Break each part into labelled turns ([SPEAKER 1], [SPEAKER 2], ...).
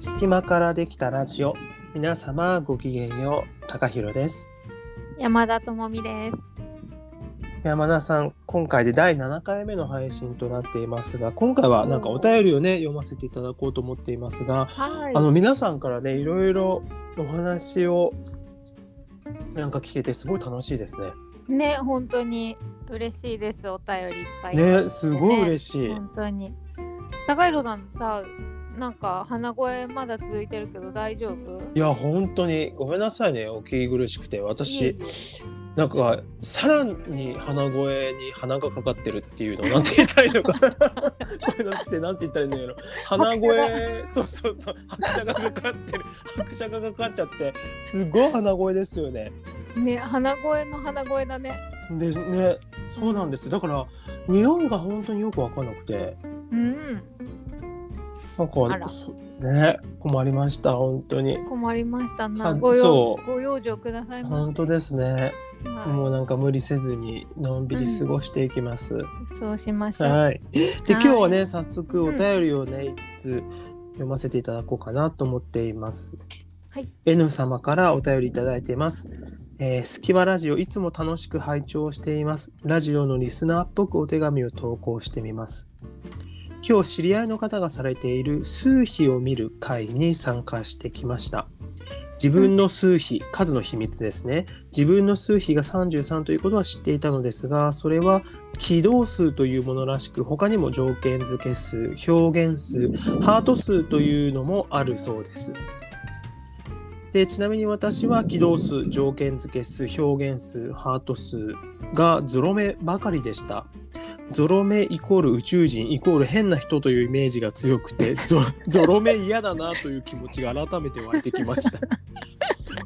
[SPEAKER 1] 隙間からできたラジオ皆様ごきげんよう高弘です
[SPEAKER 2] 山田智美です。
[SPEAKER 1] 山田さん今回で第7回目の配信となっていますが今回はなんかお便りをね読ませていただこうと思っていますが
[SPEAKER 2] はい
[SPEAKER 1] あの皆さんからねいろいろお話をなんか聞けてすごい楽しいですね。
[SPEAKER 2] ね、本当に嬉しいです。お便りいっぱい。
[SPEAKER 1] ねすごい嬉しい。
[SPEAKER 2] 本当に。高弘さんさ、なんか鼻声まだ続いてるけど大丈夫？
[SPEAKER 1] いや本当にごめんなさいねお聞き苦しくて
[SPEAKER 2] いえい
[SPEAKER 1] 私
[SPEAKER 2] え
[SPEAKER 1] なんかさらに鼻声に鼻がかかってるっていうのなんて言ったらいいのかなこれなんてなんて言ったらいいんだろう鼻声そうそうそう拍車がかかってる拍車がかかっちゃってすごい鼻声ですよね。
[SPEAKER 2] ね、鼻声の鼻声だね。
[SPEAKER 1] でねそうなんですだから匂いが本当によく分かんなくて。
[SPEAKER 2] うん、
[SPEAKER 1] なん
[SPEAKER 2] あ
[SPEAKER 1] か、
[SPEAKER 2] ら
[SPEAKER 1] そね、困りました、本当に。
[SPEAKER 2] 困りました
[SPEAKER 1] さ
[SPEAKER 2] な。ご
[SPEAKER 1] そう
[SPEAKER 2] 用ご養生くださいま
[SPEAKER 1] 本当ですね。
[SPEAKER 2] せ。は
[SPEAKER 1] もうなんか無理せずに、のんびり過ごしていきます。
[SPEAKER 2] い、そうしましょう。
[SPEAKER 1] はい。で、今
[SPEAKER 2] はい
[SPEAKER 1] 日はね、早速お便りをね、一通読ませていただこうかなと思っています。
[SPEAKER 2] はい
[SPEAKER 1] N 様からお便りいただいています。えー、スキマラジオいつも楽しく拝聴しています。ラジオのリスナーっぽくお手紙を投稿してみます。今日知り合いの方がされている数比を見る会に参加してきました。自分の数比、数の秘密ですね。自分の数比が33ということは知っていたのですが、それは起動数というものらしく、他にも条件付け数、表現数、ハート数というのもあるそうです。でちなみに私は起動数、条件付け数、表現数、ハート数がゾロ目ばかりでした。ゾロ目イコール宇宙人イコール変な人というイメージが強くてゾゾロ目嫌だなという気持ちが改めて湧いてきました。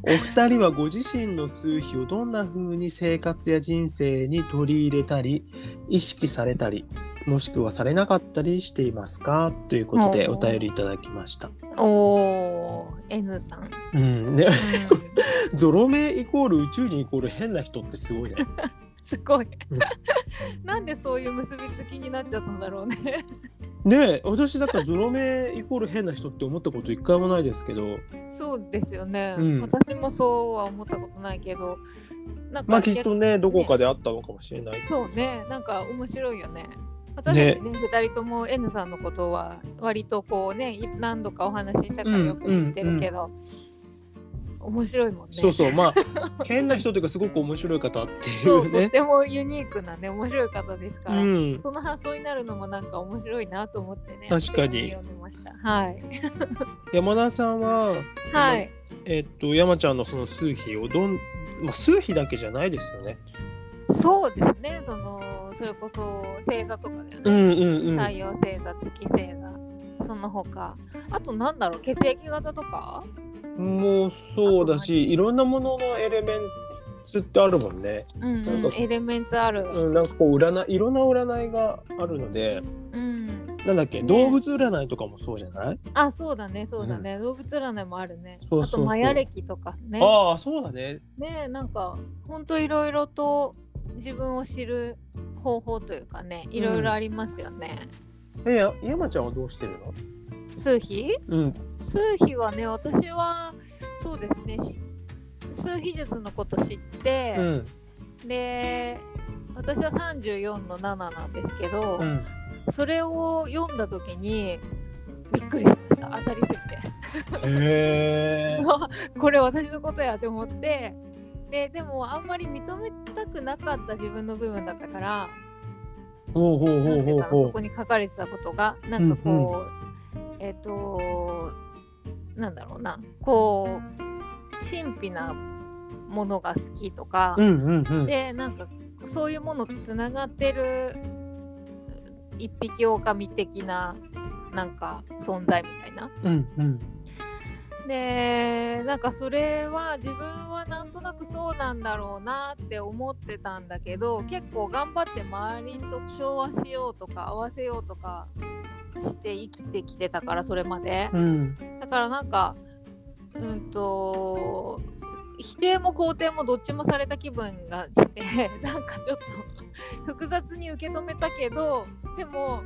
[SPEAKER 1] お二人はご自身の数比をどんな風に生活や人生に取り入れたり意識されたりもしくはされなかったりしていますかということで
[SPEAKER 2] お
[SPEAKER 1] お
[SPEAKER 2] ー
[SPEAKER 1] 便りいただきました。
[SPEAKER 2] おー、N さん。 うん
[SPEAKER 1] うんね、ゾロ目イコール宇宙人イコール変な人ってすごい ね。
[SPEAKER 2] すごい
[SPEAKER 1] うん。
[SPEAKER 2] なんでそういう結びつきになっちゃったんだろうね。
[SPEAKER 1] ねえ私だからゾロ目イコール変な人って思ったこと一回もないですけ ど
[SPEAKER 2] そうですよね、
[SPEAKER 1] うん
[SPEAKER 2] 私もそうは思ったことないけどなんか、
[SPEAKER 1] まあきっとねどこかであったのかもしれない。
[SPEAKER 2] そうねなんか面白いよね私たちね2人とも N さんのことは割とこうね何度かお話ししたからよく知ってるけど、面白いもんね
[SPEAKER 1] そうそうまあ変な人というかすごく面白い方ってい
[SPEAKER 2] そ
[SPEAKER 1] う
[SPEAKER 2] うとっ
[SPEAKER 1] ね。
[SPEAKER 2] てもユニークなね面白い方ですか
[SPEAKER 1] う
[SPEAKER 2] ら、
[SPEAKER 1] ん、
[SPEAKER 2] その発想になるのもなんか面白いなと思ってね
[SPEAKER 1] 確かに
[SPEAKER 2] 読みましたはい
[SPEAKER 1] 山田さんは、
[SPEAKER 2] はい
[SPEAKER 1] えっと山ちゃんのその数比をどん、まあ、数比だけじゃないですよね。
[SPEAKER 2] そうですねそのそれこそ星座とかだよね、
[SPEAKER 1] うんうんうん。
[SPEAKER 2] 太陽星座月星座その他あとなんだろう血液型とか
[SPEAKER 1] もうそうだしいろんなもののエレメンツってあるもんね。
[SPEAKER 2] うん、
[SPEAKER 1] なん
[SPEAKER 2] う
[SPEAKER 1] か
[SPEAKER 2] ん、エレメンツある、
[SPEAKER 1] うん、なんかこう占いいろんな占いがあるので
[SPEAKER 2] うん、
[SPEAKER 1] なんだっけ、
[SPEAKER 2] ね
[SPEAKER 1] 動物占いとかもそうじゃない
[SPEAKER 2] あそうだねそうだね、動物占いもあるね
[SPEAKER 1] そうそうそう
[SPEAKER 2] あとマヤ歴とかね
[SPEAKER 1] ああそうだね
[SPEAKER 2] ねなんかほんといろいろと自分を知る方法というかねいろいろありますよね、
[SPEAKER 1] えや山ちゃんはどうしてるの
[SPEAKER 2] 数比
[SPEAKER 1] うん
[SPEAKER 2] 数比はね私はそうですねし数比術のこと知って、
[SPEAKER 1] うん
[SPEAKER 2] で私は34の7なんですけど、
[SPEAKER 1] うん
[SPEAKER 2] それを読んだ時にびっくりしました当たりすぎて
[SPEAKER 1] へえ
[SPEAKER 2] これ私のことやと思ってででもあんまり認めたくなかった自分の部分だったから
[SPEAKER 1] ほうほう
[SPEAKER 2] な
[SPEAKER 1] ほうん
[SPEAKER 2] て
[SPEAKER 1] ほ
[SPEAKER 2] いう
[SPEAKER 1] う
[SPEAKER 2] かなそ
[SPEAKER 1] ほ
[SPEAKER 2] こに書かれてたことがなんかこう、えっ、となんだろうなこう神秘なものが好きとか
[SPEAKER 1] う、うんうんうん
[SPEAKER 2] でなんかそういうものとつながってる一匹狼的ななんか存在みたいな。
[SPEAKER 1] うんうん
[SPEAKER 2] でなんかそれは自分はなんとなくそうなんだろうなって思ってたんだけど結構頑張って周りと調和しようとか合わせようとかして生きてきてたからそれまで
[SPEAKER 1] うん
[SPEAKER 2] だからなんかうんと否定も肯定もどっちもされた気分がして なんかちょっと複雑に受け止めたけどでも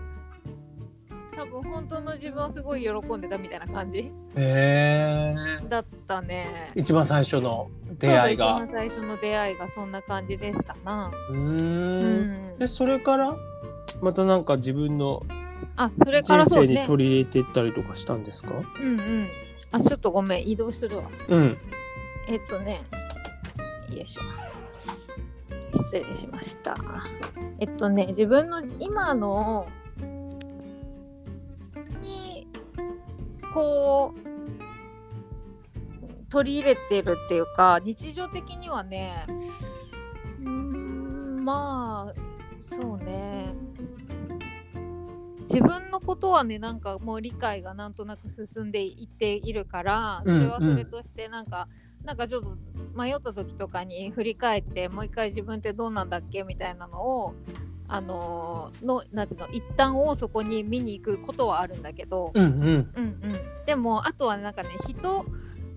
[SPEAKER 2] 多分本当の自分はすごい喜んでたみたいな感じ
[SPEAKER 1] え
[SPEAKER 2] だったね。
[SPEAKER 1] 一番最初の出会い
[SPEAKER 2] そう
[SPEAKER 1] が
[SPEAKER 2] だ一番最初の出会いがそんな感じでしたな。
[SPEAKER 1] うー
[SPEAKER 2] う
[SPEAKER 1] ん
[SPEAKER 2] ん。
[SPEAKER 1] でそれからまたなんか自分の
[SPEAKER 2] あ、それから
[SPEAKER 1] 人
[SPEAKER 2] そう
[SPEAKER 1] 生
[SPEAKER 2] ね
[SPEAKER 1] に。取り入れていったりとかしたんですか
[SPEAKER 2] うんうん。あ、ちょっとごめん、移動するわ。
[SPEAKER 1] うん
[SPEAKER 2] えっとね、よいしょ。失礼しました。えっとね、自分の今のにこう取り入れてるっていうか、日常的にはね、うーんまあそうね。自分のことはねなんかもう理解がなんとなく進んでいっているからそれはそれとしてなんか、なんかちょっと迷った時とかに振り返ってもう一回自分ってどうなんだっけみたいなのをあのーのなんていうの一旦をそこに見に行くことはあるんだけど、
[SPEAKER 1] うんうん
[SPEAKER 2] うんうん、でもあとはなんかね人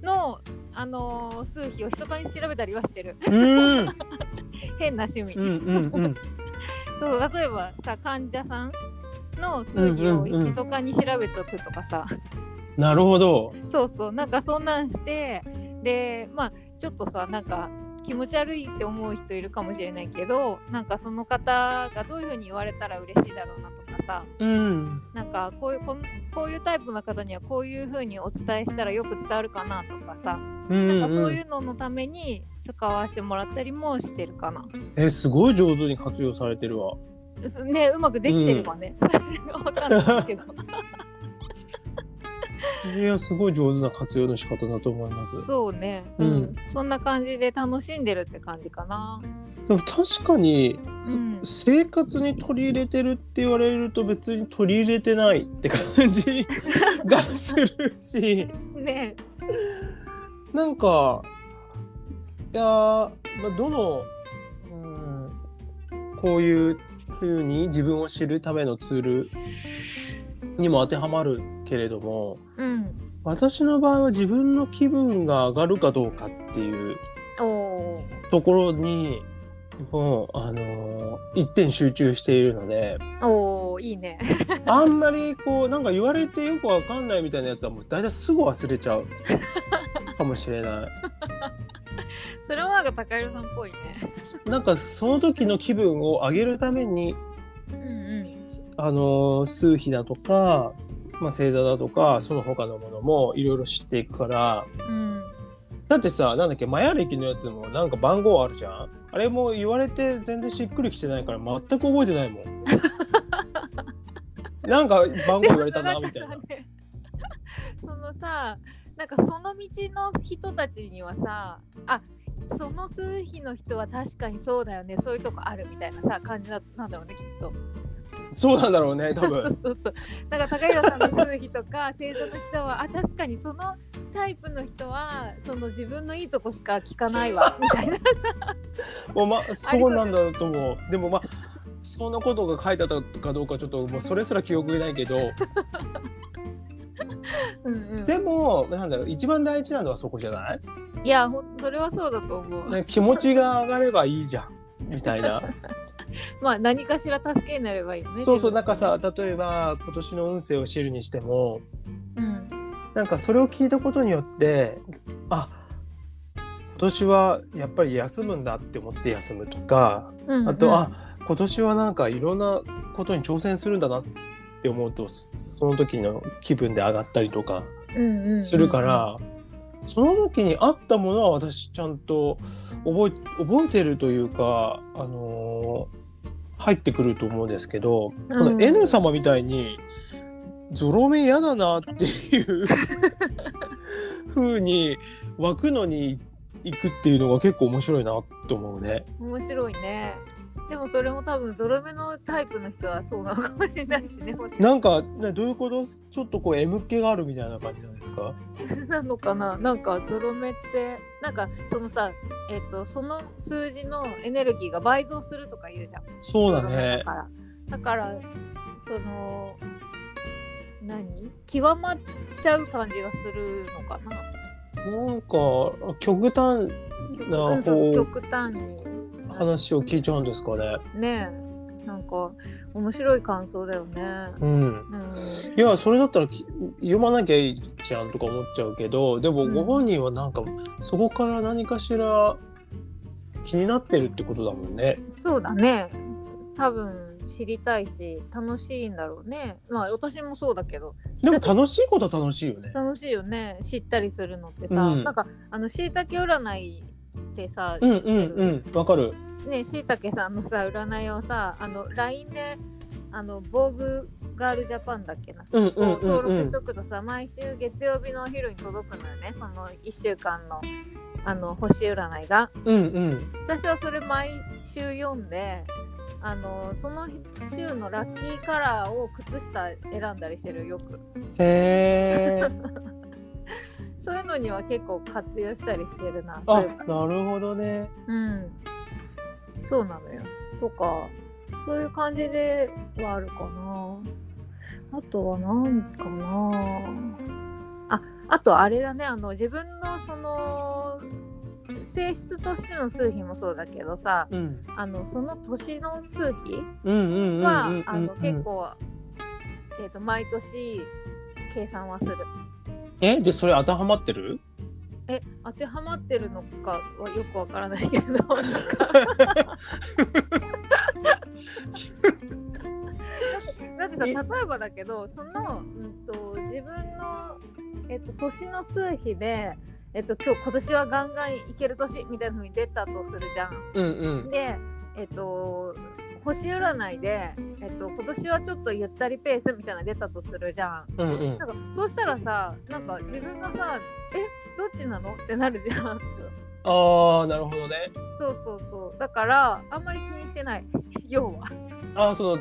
[SPEAKER 2] のあのー数比を密かに調べたりはしてる
[SPEAKER 1] うん
[SPEAKER 2] 変な趣味、
[SPEAKER 1] うんうんうん
[SPEAKER 2] そう例えばさ患者さんの数比を
[SPEAKER 1] うんうんうん
[SPEAKER 2] 密かに調べとくとかさ、
[SPEAKER 1] なるほど
[SPEAKER 2] そうそうなんかそんなんしてでまあちょっとさなんか気持ち悪いって思う人いるかもしれないけどなんかその方がどういうふうに言われたら嬉しいだろうなとかさ
[SPEAKER 1] うん
[SPEAKER 2] なんかこういうこんこういうタイプの方にはこういうふうにお伝えしたらよく伝わるかなとかさ
[SPEAKER 1] う
[SPEAKER 2] なんか
[SPEAKER 1] んう
[SPEAKER 2] そうい
[SPEAKER 1] ん
[SPEAKER 2] うののために使わせてもらったりもしてるかな。
[SPEAKER 1] えすごい上手に活用されてるわ
[SPEAKER 2] そねうまくできてればね、 わかんないですけど
[SPEAKER 1] いやすごい上手な活用の仕方だと思います
[SPEAKER 2] そうね、うん
[SPEAKER 1] うん
[SPEAKER 2] そんな感じで楽しんでるって感じかな。
[SPEAKER 1] でも確かに
[SPEAKER 2] うん
[SPEAKER 1] 生活に取り入れてるって言われると別に取り入れてないって感 じがするし
[SPEAKER 2] ね
[SPEAKER 1] なんかいやー、まあ、どの、うん、こういうふうに自分を知るためのツールにも当てはまるけれども
[SPEAKER 2] うん
[SPEAKER 1] 私の場合は自分の気分が上がるかどうかっていう
[SPEAKER 2] おー
[SPEAKER 1] ところにもう、あのー一点集中しているので。
[SPEAKER 2] おーいいね。
[SPEAKER 1] あんまりこうなんか言われてよくわかんないみたいなやつはもう大体すぐ忘れちゃうかもしれない
[SPEAKER 2] それはなんか高弘さんっぽいね。
[SPEAKER 1] なんかその時の気分を上げるために
[SPEAKER 2] うん
[SPEAKER 1] あのー数比だとか、まあ、星座だとかその他のものもいろいろ知っていくから
[SPEAKER 2] うんうん
[SPEAKER 1] だってさなんだっけマヤ暦のやつもなんか番号あるじゃんあれも言われて全然しっくりきてないから全く覚えてない もんなんか番号言われたなみたいな
[SPEAKER 2] でもさんかさね そのさなんかその道の人たちにはさあその数比の人は確かにそうだよねそういうとこあるみたいなさ感じななんだろうねきっと。
[SPEAKER 1] そうなんだろうね多
[SPEAKER 2] そ
[SPEAKER 1] 分
[SPEAKER 2] うそうそう。なんか高弘さんの数比とか 星座の人はあ確かにそのタイプの人はその自分のいいとこしか聞かないわみたいな。
[SPEAKER 1] もうまあそうなんだと思う。でもまあそんなことが書いてあったかどうかちょっともうそれすら記憶ないけど、
[SPEAKER 2] うんうん
[SPEAKER 1] でもなんだろう一番大事なのはそこじゃない？
[SPEAKER 2] いやほんそれはそうだと思う。
[SPEAKER 1] ね気持ちが上がればいいじゃんみたい な。
[SPEAKER 2] まあ何かしら助けになればいいよね。
[SPEAKER 1] そうそう
[SPEAKER 2] 自分
[SPEAKER 1] なんかさ例えば今年の運勢を知るにしても
[SPEAKER 2] うん
[SPEAKER 1] なんかそれを聞いたことによってあ今年はやっぱり休むんだって思って休むとか
[SPEAKER 2] うんうん、
[SPEAKER 1] あと、あ今年はなんかいろんなことに挑戦するんだなって思うとそその時の気分で上がったりとか
[SPEAKER 2] うんうんうん
[SPEAKER 1] するから、その時にあったものは私ちゃんと覚え覚えてるというか、あのー入ってくると思うんですけど、
[SPEAKER 2] うん
[SPEAKER 1] この N 様みたいにゾロ目嫌だなっていう 風に湧くのに行くっていうのが結構面白いなって思うね。
[SPEAKER 2] 面白いね。でもそれも多分ゾロ目のタイプの人はそうなのかもしれないしね。もし
[SPEAKER 1] なんか、ね、どういうことちょっとこう M 気があるみたいな感じなんですか
[SPEAKER 2] なのかななんかゾロ目ってなんかそのさえっ、とその数字のエネルギーが倍増するとか言うじゃん
[SPEAKER 1] そうだ
[SPEAKER 2] ゾロ目
[SPEAKER 1] ね
[SPEAKER 2] だ。からだからその何極まっちゃう感じがするのかな
[SPEAKER 1] なんか極端な
[SPEAKER 2] そうそう
[SPEAKER 1] 方
[SPEAKER 2] 極端に
[SPEAKER 1] 話を聞いちゃうんですかね。
[SPEAKER 2] ねなんか面白い感想だよね。
[SPEAKER 1] うん。
[SPEAKER 2] うん、
[SPEAKER 1] いやそれだったらき読まなきゃいいじゃんとか思っちゃうけどでも
[SPEAKER 2] うん
[SPEAKER 1] ご本人はなんかそこから何かしら気になってるってことだもんね。
[SPEAKER 2] そうだね。多分知りたいし楽しいんだろうね。まあ私もそうだけど
[SPEAKER 1] でも楽しいことは楽しいよね。
[SPEAKER 2] 楽しいよね。知ったりするのってさ、
[SPEAKER 1] うん
[SPEAKER 2] なんかあの椎茸占いってさ、
[SPEAKER 1] うんうんうんわかる。
[SPEAKER 2] ねしいたけさんのさ占いをさあの LINE であの防具ガールジャパンだっけな、
[SPEAKER 1] うんうんうん
[SPEAKER 2] 登
[SPEAKER 1] う
[SPEAKER 2] 録
[SPEAKER 1] ん
[SPEAKER 2] し。とくとさ毎週月曜日のお昼に届くのよねその1週間のあの星占いが
[SPEAKER 1] うんうん。
[SPEAKER 2] 私はそれ毎週読んであのその週のラッキーカラーを靴下選んだりしてるよく
[SPEAKER 1] へえ。
[SPEAKER 2] そういうのには結構活用したりしてるな そう
[SPEAKER 1] あ
[SPEAKER 2] いえ
[SPEAKER 1] な
[SPEAKER 2] ば
[SPEAKER 1] るほどね。
[SPEAKER 2] うんそうなのよ。とか、そういう感じではあるかな。あとは何かな。あ、あとあれだね、あの自分のその性質としての数比もそうだけどさ、
[SPEAKER 1] うん
[SPEAKER 2] あのその年の数比
[SPEAKER 1] うんうんうん
[SPEAKER 2] は、
[SPEAKER 1] うん
[SPEAKER 2] あ
[SPEAKER 1] うん
[SPEAKER 2] の結構、えっ、と毎年計算はする。
[SPEAKER 1] えでそれ当てはまってる？
[SPEAKER 2] え、当てはまってるのかはよくわからない けど。だってさ
[SPEAKER 1] え
[SPEAKER 2] 例えばだけどその、うん、と自分の、えっと、年の数比で、えっと、今日今年はガンガンいける年みたいな風に出たとするじゃん。
[SPEAKER 1] うんうん
[SPEAKER 2] で、えっと、星占いで、えっと、今年はちょっとゆったりペースみたいなの出たとするじゃん。
[SPEAKER 1] うんうん
[SPEAKER 2] なんかそうしたらさなんか自分がさ「えどっちなの?」ってなるじゃん。
[SPEAKER 1] ああなるほどね。
[SPEAKER 2] そうそうそうだからあんまり気にしてない 要は。
[SPEAKER 1] ああそ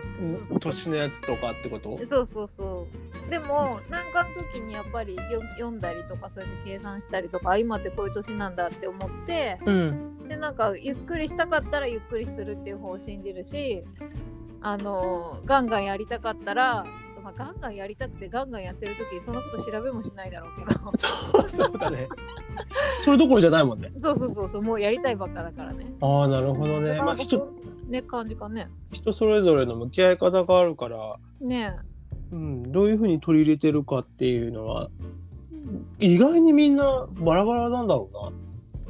[SPEAKER 1] の年のやつとかってこと？
[SPEAKER 2] そうそうそうでもなんかの時にやっぱり読読んだりとかそうやって計算したりとかあ今ってこういう年なんだって思って
[SPEAKER 1] うん
[SPEAKER 2] でなんかゆっくりしたかったらゆっくりするっていう方を信じるしあのガンガンやりたかったら、まあ、ガンガンやりたくてガンガンやってる時にそんなこと調べもしないだろうけど
[SPEAKER 1] そうだね。それどころじゃないもんね。
[SPEAKER 2] そうそうそうそうもうやりたいばっかだからね。
[SPEAKER 1] ああなるほどね。まあ
[SPEAKER 2] なかなか
[SPEAKER 1] 人
[SPEAKER 2] ね感じかね。
[SPEAKER 1] 人それぞれの向き合い方があるから、
[SPEAKER 2] ね
[SPEAKER 1] うん、どういうふうに取り入れてるかっていうのは意外にみんなバラバラなんだろ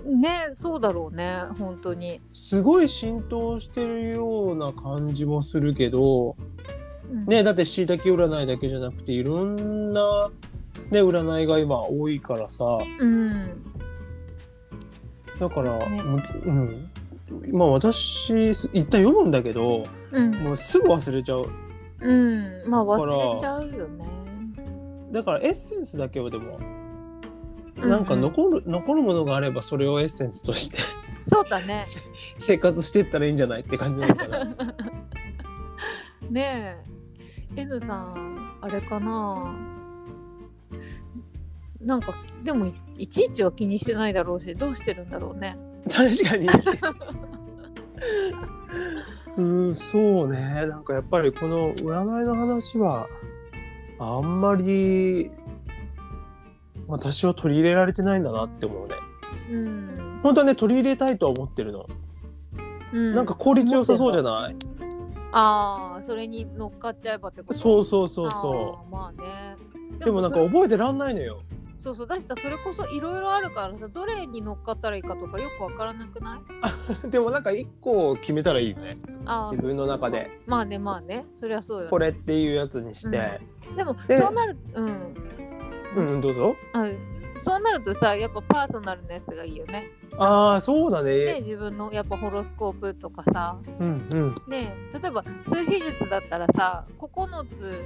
[SPEAKER 1] うな。
[SPEAKER 2] えねえそうだろうね本当に。
[SPEAKER 1] すごい浸透してるような感じもするけど、
[SPEAKER 2] うん
[SPEAKER 1] ね、だって椎茸占いだけじゃなくていろんな、ね、占いが今多いからさ
[SPEAKER 2] うん
[SPEAKER 1] だから、
[SPEAKER 2] ね
[SPEAKER 1] むうん、まあ私す一旦読むんだけど
[SPEAKER 2] うん
[SPEAKER 1] もうすぐ忘れちゃう
[SPEAKER 2] うん、まあ
[SPEAKER 1] から
[SPEAKER 2] 忘れちゃうよね。
[SPEAKER 1] だからエッセンスだけはでも
[SPEAKER 2] うん
[SPEAKER 1] なんか残る,、残るものがあればそれをエッセンスとして
[SPEAKER 2] そうだね。
[SPEAKER 1] せ生活してったらいいんじゃないって感じなのか な
[SPEAKER 2] ねえ、N さん、あれかな。なんか、でもい、いちいちは気にしてないだろうし、どうしてるんだろうね。
[SPEAKER 1] 確 かにうんそうねなんかやっぱりこの占いの話はあんまり私は取り入れられてないんだなって思うね
[SPEAKER 2] うん。
[SPEAKER 1] 本当はね取り入れたいとは思ってるの、
[SPEAKER 2] うん、
[SPEAKER 1] なんか効率良さそうじゃな
[SPEAKER 2] ない
[SPEAKER 1] い
[SPEAKER 2] ああ、それに乗っかっちゃえばってこと
[SPEAKER 1] そううそうそうそ
[SPEAKER 2] あーまあね。
[SPEAKER 1] うでもなんか
[SPEAKER 2] それ
[SPEAKER 1] 覚えてらんないのよ
[SPEAKER 2] そうそうだしさそれこそいろいろあるからさどれに乗っかったらいいかとかよくわからなくない
[SPEAKER 1] でもなんか一個決めたらいいね
[SPEAKER 2] あー
[SPEAKER 1] 自分の中で
[SPEAKER 2] まあねまあねそりゃそうよね
[SPEAKER 1] これっていうやつにして、
[SPEAKER 2] でも
[SPEAKER 1] で
[SPEAKER 2] そうなるうん
[SPEAKER 1] うん、うん、どうぞ
[SPEAKER 2] あそうなるとさやっぱパーソナルなやつがいいよね。
[SPEAKER 1] ああそうだ
[SPEAKER 2] ね
[SPEAKER 1] ね
[SPEAKER 2] 自分のやっぱホロスコープとかさ
[SPEAKER 1] うんうん
[SPEAKER 2] ね例えば数秘術だったらさ9つ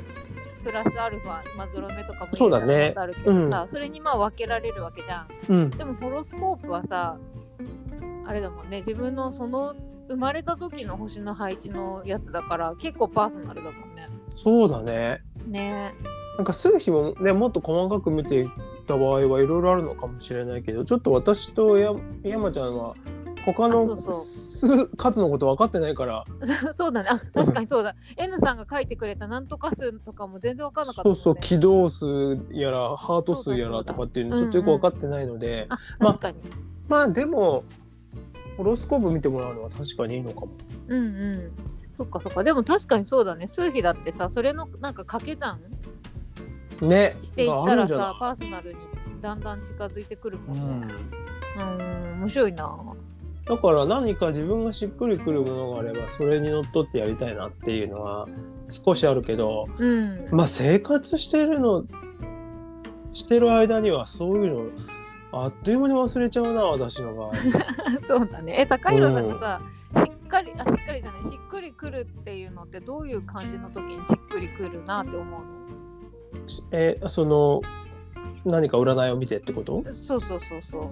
[SPEAKER 2] プラスアルファ、まあ、ゾロ目とかも
[SPEAKER 1] そうだね
[SPEAKER 2] あるけどさそ,、れにまあ分けられるわけじゃん。
[SPEAKER 1] うん
[SPEAKER 2] でもホロスコープはさあれだもんね自分のその生まれた時の星の配置のやつだから結構パーソナルだもんね。
[SPEAKER 1] そうだね
[SPEAKER 2] ね
[SPEAKER 1] なんか数比もねもっと細かく見ていった場合はいろいろあるのかもしれないけどちょっと私とや山ちゃんは他
[SPEAKER 2] あそ
[SPEAKER 1] の
[SPEAKER 2] うそう
[SPEAKER 1] 数数のこと分かってないから
[SPEAKER 2] そうだね。あ、確かにそうだ。N さんが書いてくれたなんとか数とかも全然わかんなかった、
[SPEAKER 1] そうそう軌道数やらハート数やらとかっていうのちょっとよく分かってないので
[SPEAKER 2] あ、
[SPEAKER 1] まあ
[SPEAKER 2] 確かに。
[SPEAKER 1] まあでもホロスコープ見てもらうのは確かにいいのかも。
[SPEAKER 2] うんうん。そっかそっかでも確かにそうだね数比だってさそれのなんか掛け算
[SPEAKER 1] ね
[SPEAKER 2] してい
[SPEAKER 1] が
[SPEAKER 2] っ
[SPEAKER 1] あ
[SPEAKER 2] た
[SPEAKER 1] る
[SPEAKER 2] ら
[SPEAKER 1] んじゃ
[SPEAKER 2] さ
[SPEAKER 1] な
[SPEAKER 2] パーソナルにだんだん近づいてくる
[SPEAKER 1] い
[SPEAKER 2] も
[SPEAKER 1] うん
[SPEAKER 2] ね
[SPEAKER 1] ん、
[SPEAKER 2] うん面白いな
[SPEAKER 1] だから何か自分がしっくりくるものがあればそれにのっとってやりたいなっていうのは少しあるけど
[SPEAKER 2] うん
[SPEAKER 1] まあ生活してるのしてる間にはそういうのあっという間に忘れちゃうな私の場合
[SPEAKER 2] そうだねえ高弘さんがさ、しっかりあしっかりじゃないしっくりくるっていうのってどういう感じの時にしっくりくるなって思う
[SPEAKER 1] えその何か占いを見てってこと
[SPEAKER 2] のそうそうそうそう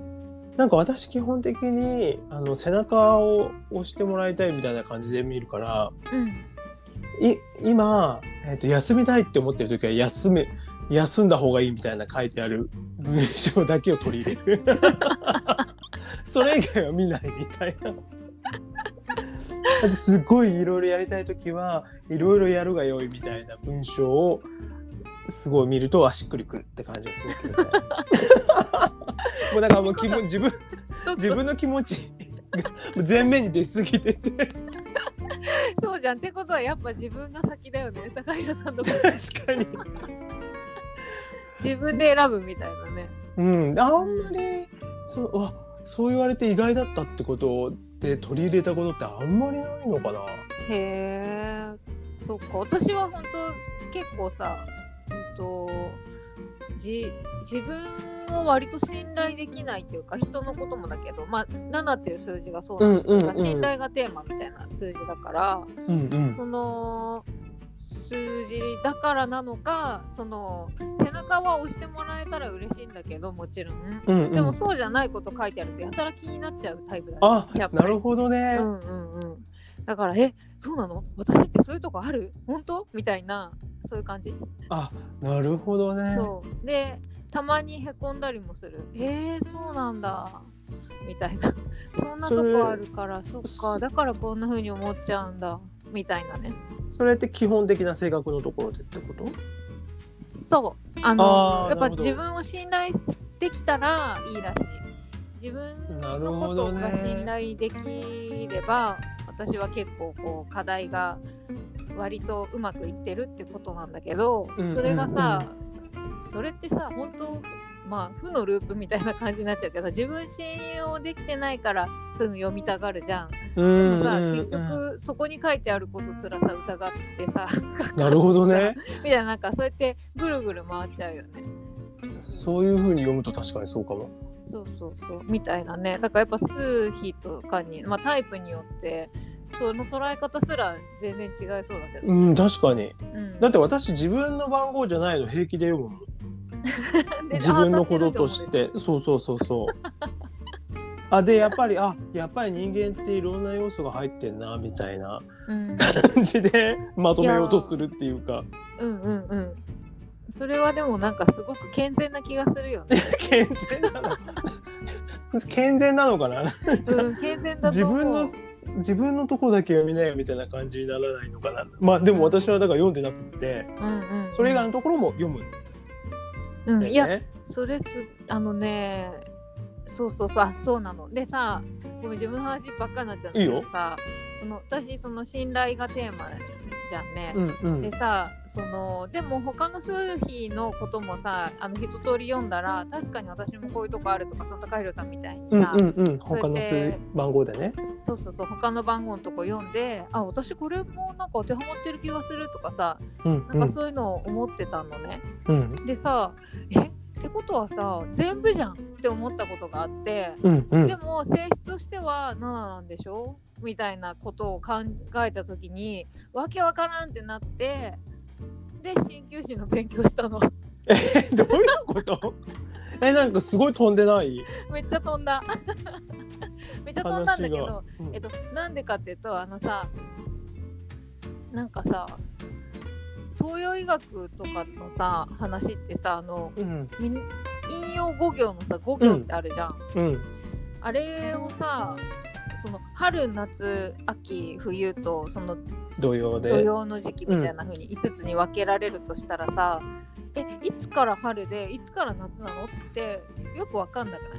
[SPEAKER 1] なんか私基本的にあの背中を押してもらいたいみたいな感じで見るから
[SPEAKER 2] うん
[SPEAKER 1] い今、えっと休みたいって思ってる時は休め休んだ方がいいみたいな書いてある文章だけを取り入れるそれ以外は見ないみたいな。あとすごいいろいろやりたい時はいろいろやるがよいみたいな文章をすごい見るとあしっくりくるって感じがするけどね。もうだからもう気分自分
[SPEAKER 2] そう
[SPEAKER 1] 自分の気持ちが前面に出すぎてて。
[SPEAKER 2] そうじゃんってことはやっぱ自分が先だよね高弘さんとか
[SPEAKER 1] 確かに、
[SPEAKER 2] 自分で選ぶみたいなね
[SPEAKER 1] うん、あんまりそううわそう言われて意外だったってことで取り入れたことってあんまりないのかな
[SPEAKER 2] へえそっか私は本当結構さ、うん、とじ自分を割と信頼できないというか人のこともだけどまあ7っていう数字がそうなんだ
[SPEAKER 1] うんうん
[SPEAKER 2] まあ信頼がテーマみたいな数字だから、
[SPEAKER 1] うんうん
[SPEAKER 2] その数字だからなのかその背中は押してもらえたら嬉しいんだけどもちろん。
[SPEAKER 1] うんうん
[SPEAKER 2] でもそうじゃないこと書いてあるとやたら気になっちゃうタイプだね。
[SPEAKER 1] あ
[SPEAKER 2] やっぱり
[SPEAKER 1] なるほどね、
[SPEAKER 2] うんうんうん。だからえそうなの私ってそういうとこある本当みたいなそういう感じ。
[SPEAKER 1] あなるほどね
[SPEAKER 2] そうでたまにへこんだりもする。えー、そうなんだみたいな。 そんなと
[SPEAKER 1] それ
[SPEAKER 2] こあるからそっかだからこんな風に思っちゃうんだみたいなね。
[SPEAKER 1] それって基本的な性格のところでってこと
[SPEAKER 2] そうあの
[SPEAKER 1] あー
[SPEAKER 2] や
[SPEAKER 1] な
[SPEAKER 2] っぱ
[SPEAKER 1] るほど
[SPEAKER 2] 自分を信頼できたらいいらしい。自分
[SPEAKER 1] なる
[SPEAKER 2] のこ
[SPEAKER 1] ほ
[SPEAKER 2] と
[SPEAKER 1] ど
[SPEAKER 2] が信
[SPEAKER 1] ね
[SPEAKER 2] 頼できれば、私は結構こう課題が割とうまくいってるってことなんだけど、
[SPEAKER 1] うんうんうん
[SPEAKER 2] それがさそれってさ本当まあ負のループみたいな感じになっちゃうけど自分信用できてないからそういうの読みたがるじゃん。
[SPEAKER 1] で
[SPEAKER 2] でもさ、結局そこに書いてあることすらさ疑ってさ
[SPEAKER 1] なるほどね
[SPEAKER 2] みたいななんかそうやってぐるぐる回っちゃうよね。
[SPEAKER 1] そういうふうに読むと確かにそうかも
[SPEAKER 2] そうそうそうみたいなねだからやっぱ数比とかに、まあ、タイプによってその捉え方すら全然違いそうだけど、
[SPEAKER 1] うん確かに
[SPEAKER 2] うん、
[SPEAKER 1] だって私自分の番号じゃないの平気で読むもん
[SPEAKER 2] で
[SPEAKER 1] 自分のこととしてそうそうそう そうあでやっぱりあやっぱり人間っていろんな要素が入ってんなみたいな
[SPEAKER 2] うん
[SPEAKER 1] 感じでまとめようとするっていうか
[SPEAKER 2] うんうんうんそれはでもなんかすごく健全な気がするよね、
[SPEAKER 1] 健全なの 健全なのかな
[SPEAKER 2] うん、健全だ
[SPEAKER 1] 自
[SPEAKER 2] と思う
[SPEAKER 1] 分の自分のとこだけ読みなよみたいな感じにならないのかなまあでも私はだから読んでなくて
[SPEAKER 2] うんうんうん
[SPEAKER 1] それ以外のところも読むん
[SPEAKER 2] うん
[SPEAKER 1] だ
[SPEAKER 2] い
[SPEAKER 1] よ
[SPEAKER 2] や
[SPEAKER 1] ね。
[SPEAKER 2] それすあのねそうそうそうあそうなのでさごめん自分の話ばっかりになっちゃうんだけどさその私その信頼がテーマじゃんね、
[SPEAKER 1] うんうん
[SPEAKER 2] でさそのでも他の数比のこともさあの一通り読んだら確かに私もこういうとこあるとかその高弘さんみたいにさ、
[SPEAKER 1] うんうんうん
[SPEAKER 2] そうや
[SPEAKER 1] 他
[SPEAKER 2] っ
[SPEAKER 1] の
[SPEAKER 2] て
[SPEAKER 1] 数番号でね。
[SPEAKER 2] そうそうそう他の番号のとこ読んであ私これもなんか当てはまってる気がするとかさ
[SPEAKER 1] うんう
[SPEAKER 2] なんか
[SPEAKER 1] ん
[SPEAKER 2] そういうのを思ってたのね、
[SPEAKER 1] うん
[SPEAKER 2] でさえってことはさ全部じゃんって思ったことがあって
[SPEAKER 1] うんうん
[SPEAKER 2] でも性質としては7なんでしょみたいなことを考えた時にわけわからんってなってで鍼灸師の勉強したの
[SPEAKER 1] え どういうことえなんかすごい飛んでない
[SPEAKER 2] めっちゃ飛 んだめっちゃ飛んだんだけど、えっと、なんでかっていうとあのさなんかさ東洋医学とかのさ話ってさあの
[SPEAKER 1] うん
[SPEAKER 2] みん引用五行のさ五行ってあるじゃん、
[SPEAKER 1] うん
[SPEAKER 2] あれをさその春夏秋冬とその
[SPEAKER 1] 土曜で
[SPEAKER 2] 土曜の時期みたいな風に5つに分けられるとしたらさ、えいつから春でいつから夏なのってよく分かんなくない
[SPEAKER 1] ああ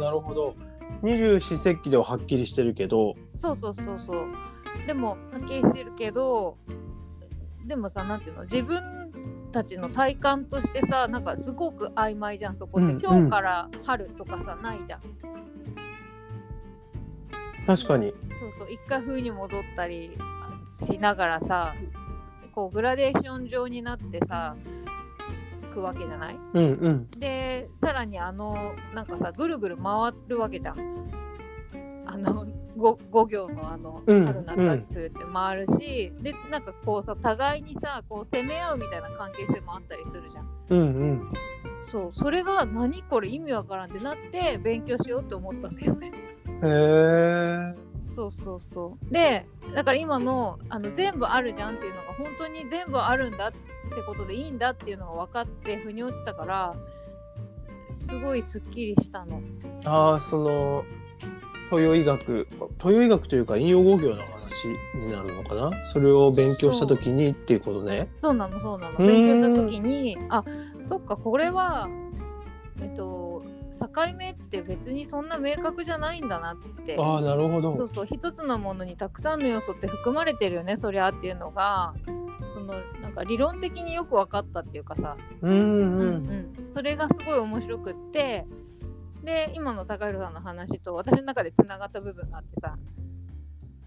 [SPEAKER 1] なるほど二十四節気でははっきりしてるけど
[SPEAKER 2] そうそうそうそうでもはっきりしてるけどでもさなんていうの自分たちの体感としてさなんかすごく曖昧じゃんそこって、
[SPEAKER 1] うん
[SPEAKER 2] 今日から春とかさないじゃん
[SPEAKER 1] 確かに。
[SPEAKER 2] そうそう一回冬に戻ったりしながらさこうグラデーション状になってさくわけじゃない
[SPEAKER 1] うんうん。
[SPEAKER 2] でさらにあのなんかさぐるぐる回るわけじゃんあの 5, 行のあの
[SPEAKER 1] うん
[SPEAKER 2] 春夏秋冬って回るし、でなんかこうさ互いにさこう攻め合うみたいな関係性もあったりするじゃん
[SPEAKER 1] うんうん。
[SPEAKER 2] そうそれが何これ意味わからんってなって勉強しようって思ったんだよね
[SPEAKER 1] へえ。
[SPEAKER 2] そうそうそうでだから今のあの全部あるじゃんっていうのが本当に全部あるんだってことでいいんだっていうのが分かって腑に落ちたからすごいすっきりしたの
[SPEAKER 1] ああ、その、豊医学、豊医学というか、引用語行の話になるのかなそれを勉強したときにっていうことね。
[SPEAKER 2] そうなのそうなの
[SPEAKER 1] うん
[SPEAKER 2] 勉強した時にあそっかこれはえっと境目って別にそんな明確じゃないんだなって
[SPEAKER 1] ああ、なるほど。
[SPEAKER 2] そうそう一つのものにたくさんの要素って含まれてるよねそりゃっていうのがそのなんか理論的によく分かったっていうかさ、
[SPEAKER 1] うんう。
[SPEAKER 2] うんんそれがすごい面白くってで今の高弘さんの話と私の中でつながった部分があってさ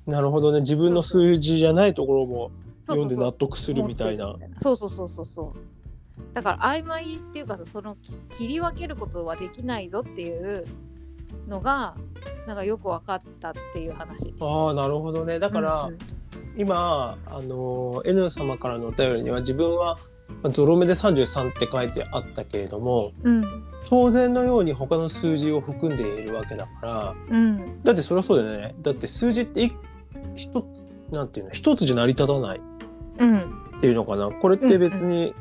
[SPEAKER 1] なるほどね。自分の数字じゃないところも
[SPEAKER 2] そう
[SPEAKER 1] 読
[SPEAKER 2] そ
[SPEAKER 1] ん
[SPEAKER 2] う
[SPEAKER 1] で
[SPEAKER 2] そう
[SPEAKER 1] 納得するみたい
[SPEAKER 2] 持
[SPEAKER 1] な
[SPEAKER 2] って。るみたいそうそうそうそうそうだから曖昧っていうかさそのき切り分けることはできないぞっていうのがなんかよく分かったっていう話
[SPEAKER 1] ああ、なるほどね。だから、
[SPEAKER 2] うんうん
[SPEAKER 1] 今あの N 様からのお便りには自分はまあゾロ目で33って書いてあったけれども
[SPEAKER 2] うん
[SPEAKER 1] 当然のように他の数字を含んでいるわけだから
[SPEAKER 2] うん
[SPEAKER 1] だってそれはそうだよねだって数字ってい一つなんていうの一つじゃ成り立たない
[SPEAKER 2] うん
[SPEAKER 1] っていうのかなこれって別に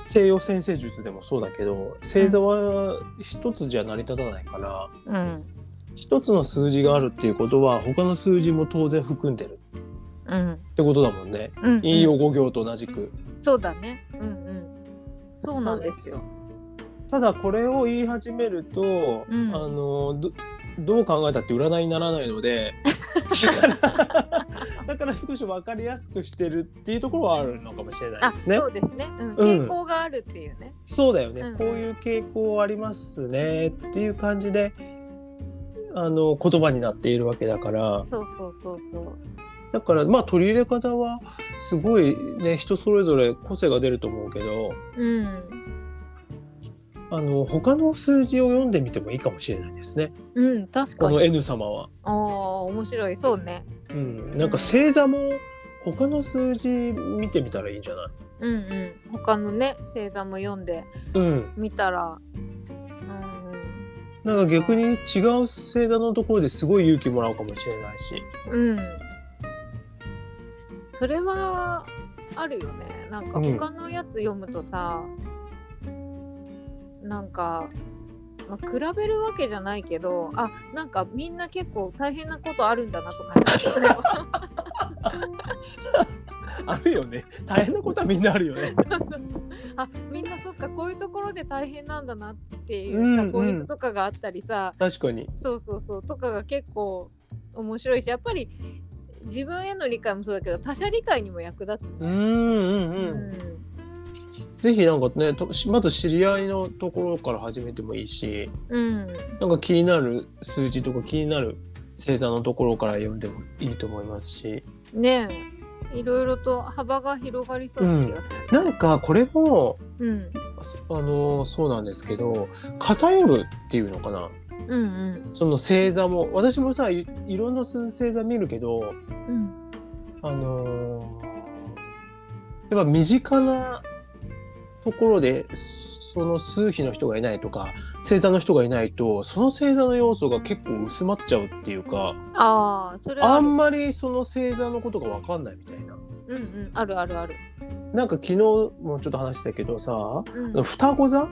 [SPEAKER 1] 西洋先生術でもそうだけど星座は一つじゃ成り立たないから
[SPEAKER 2] うん
[SPEAKER 1] 一つの数字があるっていうことは他の数字も当然含んでる
[SPEAKER 2] うん
[SPEAKER 1] ってことだもんね
[SPEAKER 2] うん
[SPEAKER 1] 引用語行と同じく。
[SPEAKER 2] そうだねうんうんそうなんですよ
[SPEAKER 1] ただこれを言い始めると、
[SPEAKER 2] うん
[SPEAKER 1] あのどどう考えたって占いにならないの でだからだから少し分かりやすくしてるっていうところはあるのかもしれない
[SPEAKER 2] あ
[SPEAKER 1] ですね。
[SPEAKER 2] そうですね、うん、
[SPEAKER 1] うん
[SPEAKER 2] 傾向があるっていうね
[SPEAKER 1] そうだよね、
[SPEAKER 2] うん
[SPEAKER 1] こういう傾向ありますねっていう感じであの言葉になっているわけだから
[SPEAKER 2] そうそうそうそう
[SPEAKER 1] だからまあ取り入れ方はすごいね人それぞれ個性が出ると思うけど
[SPEAKER 2] うん
[SPEAKER 1] あの他の数字を読んでみてもいいかもしれないですね
[SPEAKER 2] うん確
[SPEAKER 1] こ
[SPEAKER 2] か
[SPEAKER 1] の
[SPEAKER 2] に
[SPEAKER 1] N 様は。
[SPEAKER 2] ああ面白いそうね
[SPEAKER 1] うん、なんか星座も他の数字見てみたらいいんじゃない、
[SPEAKER 2] うんうん他のね星座も読んで
[SPEAKER 1] うん、
[SPEAKER 2] 見たらうん
[SPEAKER 1] なんか逆に違う星座のところですごい勇気もらうかもしれないし、
[SPEAKER 2] うんそれはあるよねなんか
[SPEAKER 1] うん
[SPEAKER 2] 他のやつ読むとさ、なんか、まあ、比べるわけじゃないけどあなんかみんな結構大変なことあるんだなとか
[SPEAKER 1] あるよね大変なことはみんなあるよね。
[SPEAKER 2] そうそうそうあみんなそっかこういうところで大変なんだなっていうさ、
[SPEAKER 1] うんうん
[SPEAKER 2] ポイントとかがあったりさ
[SPEAKER 1] 確かに。
[SPEAKER 2] そうそうそうとかが結構面白いしやっぱり自分への理解もそうだけど他者理解にも役立つね。
[SPEAKER 1] うんうん
[SPEAKER 2] う
[SPEAKER 1] うん。ぜひなんかねとしまず知り合いのところから始めてもいいし
[SPEAKER 2] うん
[SPEAKER 1] なんか気になる数字とか気になる星座のところから読んでもいいと思いますし
[SPEAKER 2] ねえいろいろと幅が広がりそうな気がする。
[SPEAKER 1] なんかこれも
[SPEAKER 2] うん、
[SPEAKER 1] そあのそうなんですけど偏るっていうのかな
[SPEAKER 2] うん、うん
[SPEAKER 1] その星座も私もさいいろんな星座見るけど
[SPEAKER 2] うん
[SPEAKER 1] あのーやっぱ身近なところでその数比の人がいないとか星座の人がいないとその星座の要素が結構薄まっちゃうっていうか
[SPEAKER 2] ああそれは
[SPEAKER 1] あ
[SPEAKER 2] ある
[SPEAKER 1] んまりその星座のことが分かんないみたいな。
[SPEAKER 2] うんうんあるあるある。
[SPEAKER 1] なんか昨日もちょっと話したけどさ
[SPEAKER 2] うん
[SPEAKER 1] あの双子座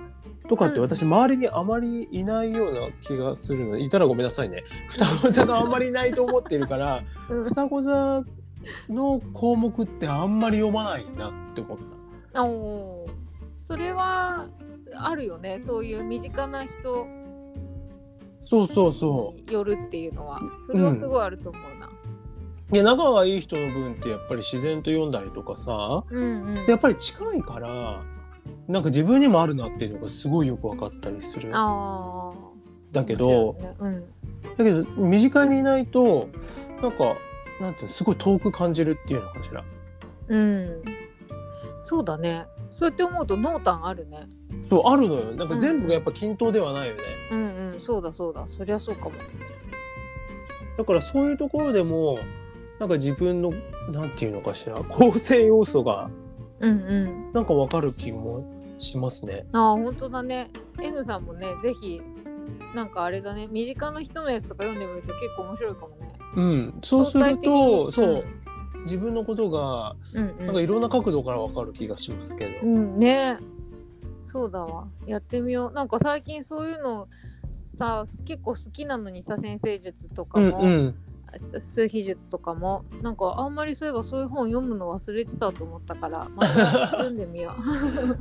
[SPEAKER 1] とかって
[SPEAKER 2] うん
[SPEAKER 1] 私周りにあまりいないような気がするのでいたらごめんなさいね双子座があんまりいないと思ってるから
[SPEAKER 2] うん
[SPEAKER 1] 双子座の項目ってあんまり読まないなって思っ
[SPEAKER 2] あおーそれはあるよねそういう身近な人
[SPEAKER 1] たそうそうそ
[SPEAKER 2] によるっていうのはそれはすごいあると思うな。
[SPEAKER 1] うで仲がいい人の文ってやっぱり自然と読んだりとかさ
[SPEAKER 2] うんうん
[SPEAKER 1] でやっぱり近いからなんか自分にもあるなっていうのがすごいよく分かったりする
[SPEAKER 2] ああ
[SPEAKER 1] だけど、
[SPEAKER 2] うん
[SPEAKER 1] だけど身近にいないとなんかなんていうのすごい遠く感じるっていうのかしら
[SPEAKER 2] うん、そうだねそうやって思うと濃淡あるね
[SPEAKER 1] そうあるのよなんか全部がやっぱ均等ではないよね、
[SPEAKER 2] うんうんそうだそうだそりゃそうかも
[SPEAKER 1] だからそういうところでもなんか自分のなんていうのかしら構成要素が
[SPEAKER 2] うんうん
[SPEAKER 1] なんかわかる気もしますね
[SPEAKER 2] ああ本当だね N さんもねぜひなんかあれだね身近な人のやつとか読んでみると結構面白いかもね
[SPEAKER 1] うんそうする
[SPEAKER 2] 相対的に
[SPEAKER 1] とそう、自分のことが
[SPEAKER 2] うんうん
[SPEAKER 1] なんかいろんな角度からわかる気がしますけど、
[SPEAKER 2] うんねそうだわやってみようなんか最近そういうのさ結構好きなのにさ先生術とかも、
[SPEAKER 1] うん
[SPEAKER 2] す数秘術とかもなんかあんまりそういえばそういう本読むの忘れてたと思ったからまた 読んでみよ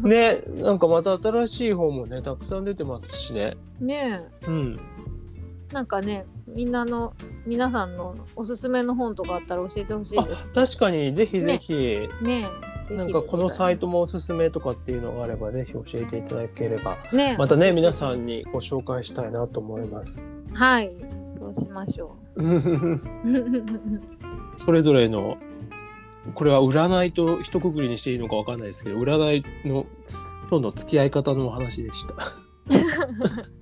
[SPEAKER 1] うん、ねなんかまた新しい本もねたくさん出てますしね
[SPEAKER 2] う。 ね
[SPEAKER 1] うん
[SPEAKER 2] えなんかねみんなの皆さんのおすすめの本とかあったら教えてほしい
[SPEAKER 1] あ
[SPEAKER 2] です。
[SPEAKER 1] 確かにぜひぜひ、
[SPEAKER 2] ねえぜひ
[SPEAKER 1] なんかこのサイ
[SPEAKER 2] ト
[SPEAKER 1] トもおすすめとかっていうのがあればぜひ教えていただければ
[SPEAKER 2] ねえ
[SPEAKER 1] またね皆さんにご紹介したいなと思い ます。
[SPEAKER 2] はいそうしましょう。
[SPEAKER 1] それぞれのこれは占いと一括りにしていいのかわかんないですけど占いのとの付き合い方のお話でした。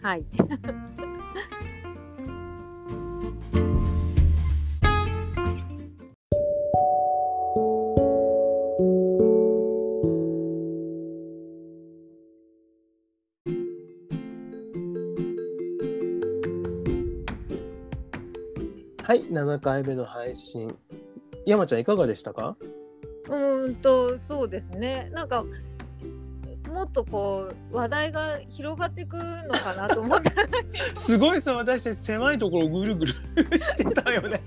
[SPEAKER 2] はい
[SPEAKER 1] はい7回目の配信山ちゃんいかがでしたか
[SPEAKER 2] うーんとそうですねなんかもっとこう話題が広がっていくのかなと思った
[SPEAKER 1] すごいさ私たち狭いところをぐるぐる してたよね。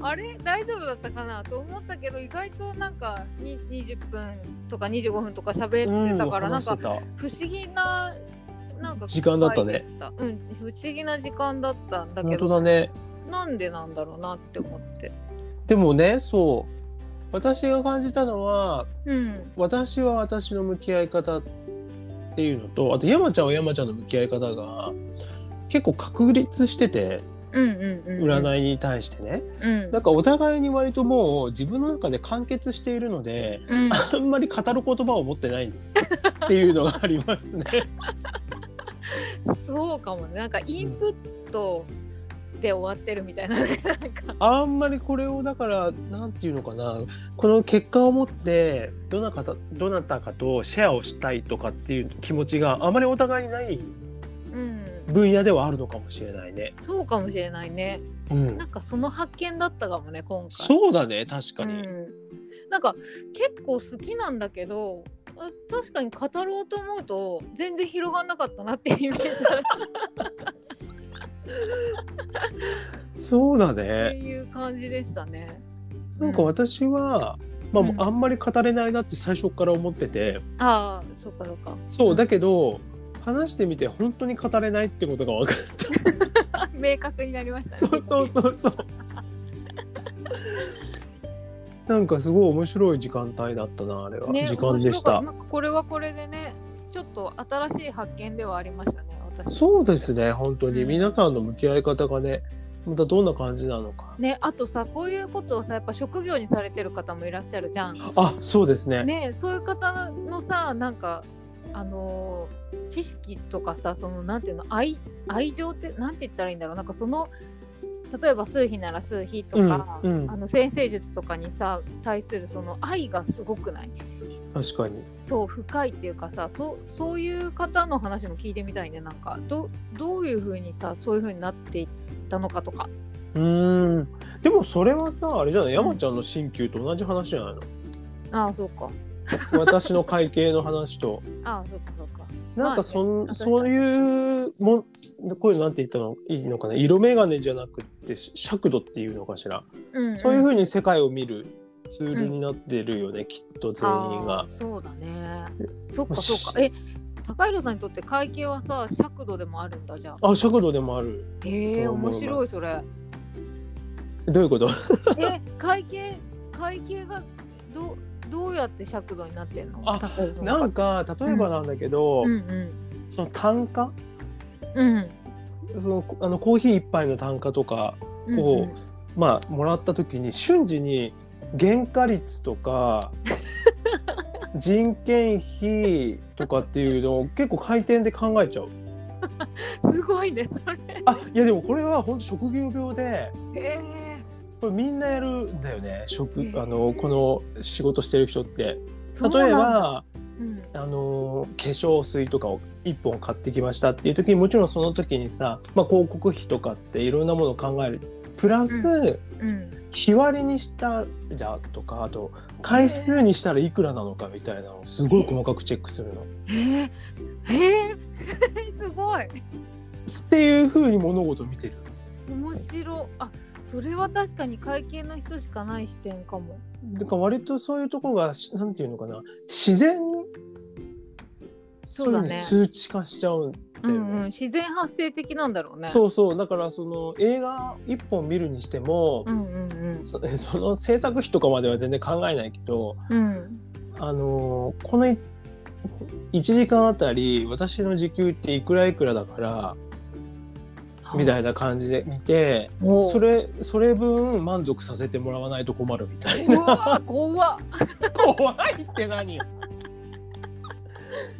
[SPEAKER 2] あれ大丈夫だったかなと思ったけど意外となんかに20分とか25分とか喋ってたから、なん
[SPEAKER 1] 話し
[SPEAKER 2] か
[SPEAKER 1] てた
[SPEAKER 2] 不思議ななんか
[SPEAKER 1] 時間だったね
[SPEAKER 2] 機会でしたうん不思議な時間だったんだけ
[SPEAKER 1] 本当
[SPEAKER 2] ど
[SPEAKER 1] だね。
[SPEAKER 2] なんでなんだろうなって思って
[SPEAKER 1] でもねそう私が感じたのは
[SPEAKER 2] うん
[SPEAKER 1] 私は私の向き合い方っていうのとあと山ちゃんは山ちゃんの向き合い方が結構確立してて
[SPEAKER 2] うんうんうんうん
[SPEAKER 1] 占いに対してね、
[SPEAKER 2] うん
[SPEAKER 1] だからお互いに割ともう自分の中で完結しているので
[SPEAKER 2] うん
[SPEAKER 1] あんまり語る言葉を持ってないっていうのがありますね。
[SPEAKER 2] そうかもねなんかインプットで終わってるみたいなねなんか
[SPEAKER 1] あんまりこれをだからなんていうのかなこの結果を持ってどなたどなたかとシェアをしたいとかっていう気持ちがあまりお互いにない
[SPEAKER 2] うん
[SPEAKER 1] 分野ではあるのかもしれないね。
[SPEAKER 2] そうかもしれないね
[SPEAKER 1] うん
[SPEAKER 2] なんかその発見だったかもね今回
[SPEAKER 1] そうだね確かに、
[SPEAKER 2] うん、なんか結構好きなんだけどあ確かに語ろうと思うと全然広がんなかったなって いうイメージだっ
[SPEAKER 1] そうだ
[SPEAKER 2] たって
[SPEAKER 1] ね
[SPEAKER 2] いう感じでしたね。
[SPEAKER 1] なんか私は、ま
[SPEAKER 2] うん
[SPEAKER 1] あ、あんまり語れないなって最初から思ってて
[SPEAKER 2] ああそっかそっ か
[SPEAKER 1] そうだけど話してみて本当に語れないってことが分か っ
[SPEAKER 2] 明確になりましたね。
[SPEAKER 1] たそうそうそうそうなんかすごい面白い時間帯だったなあれは、
[SPEAKER 2] ね
[SPEAKER 1] 時間でし。た
[SPEAKER 2] 面白かっなんかこれはこれでねちょっと新しい発見ではありましたね私。
[SPEAKER 1] そうですね本当に
[SPEAKER 2] うん
[SPEAKER 1] 皆さんの向き合い方がねまたどんな感じなのか
[SPEAKER 2] ね、あとさこういうことをさやっぱ職業にされてる方もいらっしゃるじゃん。
[SPEAKER 1] あそうですね
[SPEAKER 2] ねそういう方のさなんかあのー知識とかさそのなんていうの愛愛情ってなんて言ったらいいんだろうなんかその例えば数秘なら数秘とか、
[SPEAKER 1] うんうん
[SPEAKER 2] あの先生術とかにさ対するその愛がすごくない
[SPEAKER 1] 確かに
[SPEAKER 2] そう深いっていうかさそうそういう方の話も聞いてみたいねなんかどどういうふうにさそういうふうになっていったのかとか
[SPEAKER 1] うーんでもそれはさあれじゃない山ちゃんの鍼灸と同じ話じゃないの、
[SPEAKER 2] ああそうか
[SPEAKER 1] 私の会計の話 と
[SPEAKER 2] ああそうかそうか
[SPEAKER 1] なんかそん、
[SPEAKER 2] まあね
[SPEAKER 1] そういうもんこういうのなんて言ったのいいのかな色眼鏡じゃなくってし尺度っていうのかしら、
[SPEAKER 2] うん、ん
[SPEAKER 1] そういうふうに世界を見るツールになってるよね、きっと全員
[SPEAKER 2] あ
[SPEAKER 1] が
[SPEAKER 2] ー。そうだねそっか
[SPEAKER 1] し
[SPEAKER 2] そっかえ高弘さんにとって会計はさ尺度でもあるんだじゃあ
[SPEAKER 1] あ尺度でもある
[SPEAKER 2] へえ
[SPEAKER 1] と思いま
[SPEAKER 2] 面
[SPEAKER 1] す
[SPEAKER 2] 白いそれ
[SPEAKER 1] どういうこと
[SPEAKER 2] え会計会計がどどうやって尺度になってんの
[SPEAKER 1] あ
[SPEAKER 2] 高いの
[SPEAKER 1] なんか例えばなんだけど、
[SPEAKER 2] うんうん
[SPEAKER 1] その単価
[SPEAKER 2] うん
[SPEAKER 1] そのあのコーヒー一杯の単価とか、
[SPEAKER 2] うん
[SPEAKER 1] おうまあ、もらった時に瞬時に原価率と か人件費とかっていうのを結構回転で考えちゃう。
[SPEAKER 2] うんすごいねそれ
[SPEAKER 1] あいやでもこれは本当職業病で
[SPEAKER 2] え
[SPEAKER 1] これみんなやるんだよね職
[SPEAKER 2] へー
[SPEAKER 1] あのこの仕事してる人って。
[SPEAKER 2] ー、
[SPEAKER 1] 例えば
[SPEAKER 2] そうなんだ、
[SPEAKER 1] あの化粧水とかを1本買ってきましたっていう時にもちろんその時にさ、まあ、広告費とかっていろんなものを考えるプラス、
[SPEAKER 2] うんうん、
[SPEAKER 1] 日割りにしたらとかあと回数にしたらいくらなのかみたいなのをすごい細かくチェックするの。
[SPEAKER 2] えー、え ー、すごい
[SPEAKER 1] っていうふうに物事を見てる。
[SPEAKER 2] 面白あそれは確かに会計の人しかない視点かも
[SPEAKER 1] だから割とそういうところがしなんていうのかな自然に
[SPEAKER 2] そう
[SPEAKER 1] い
[SPEAKER 2] だ
[SPEAKER 1] の
[SPEAKER 2] ね
[SPEAKER 1] 数値化しちゃうんだよ
[SPEAKER 2] う
[SPEAKER 1] ね。
[SPEAKER 2] んうん、自然発生的なんだろうね。
[SPEAKER 1] そうそうだからその映画一本見るにしても、
[SPEAKER 2] うんうんうん。
[SPEAKER 1] そその制作費とかまでは全然考えないけど、
[SPEAKER 2] うん。
[SPEAKER 1] あのーこのい1時間あたり私の時給っていくらいくらだからみたいな感じで見て
[SPEAKER 2] おう
[SPEAKER 1] それそれ分満足させてもらわないと困るみたいうな
[SPEAKER 2] わ怖っ。
[SPEAKER 1] 怖いって何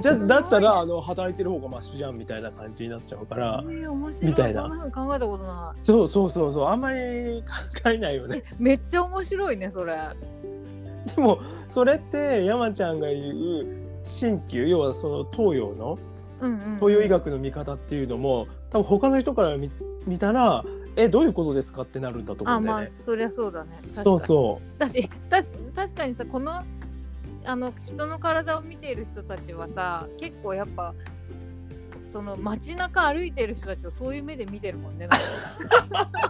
[SPEAKER 1] じゃ
[SPEAKER 2] すごい
[SPEAKER 1] だったらあの働いてる方がマシじゃんみたいな感じになっちゃうか
[SPEAKER 2] え
[SPEAKER 1] ら
[SPEAKER 2] ー、面白い。
[SPEAKER 1] みたいな
[SPEAKER 2] そんなふうに考えたことな
[SPEAKER 1] そうそうそうそうあんまり考えないよね
[SPEAKER 2] い。めっちゃ面白いねそれ。
[SPEAKER 1] でもそれって山ちゃんが言う鍼灸要はその東洋の
[SPEAKER 2] うんうん。
[SPEAKER 1] 東洋医学の見方っていうのも多分他の人から見見たらえどういうことですかってなるんだと思
[SPEAKER 2] あ
[SPEAKER 1] うんだよ
[SPEAKER 2] まあ
[SPEAKER 1] ね。
[SPEAKER 2] そりゃそうだね。確かに
[SPEAKER 1] そうそう
[SPEAKER 2] だし確確かにさこのあの人の体を見ている人たちはさ結構やっぱその街中歩いてる人たちをそういう目で見てるもんね。なん か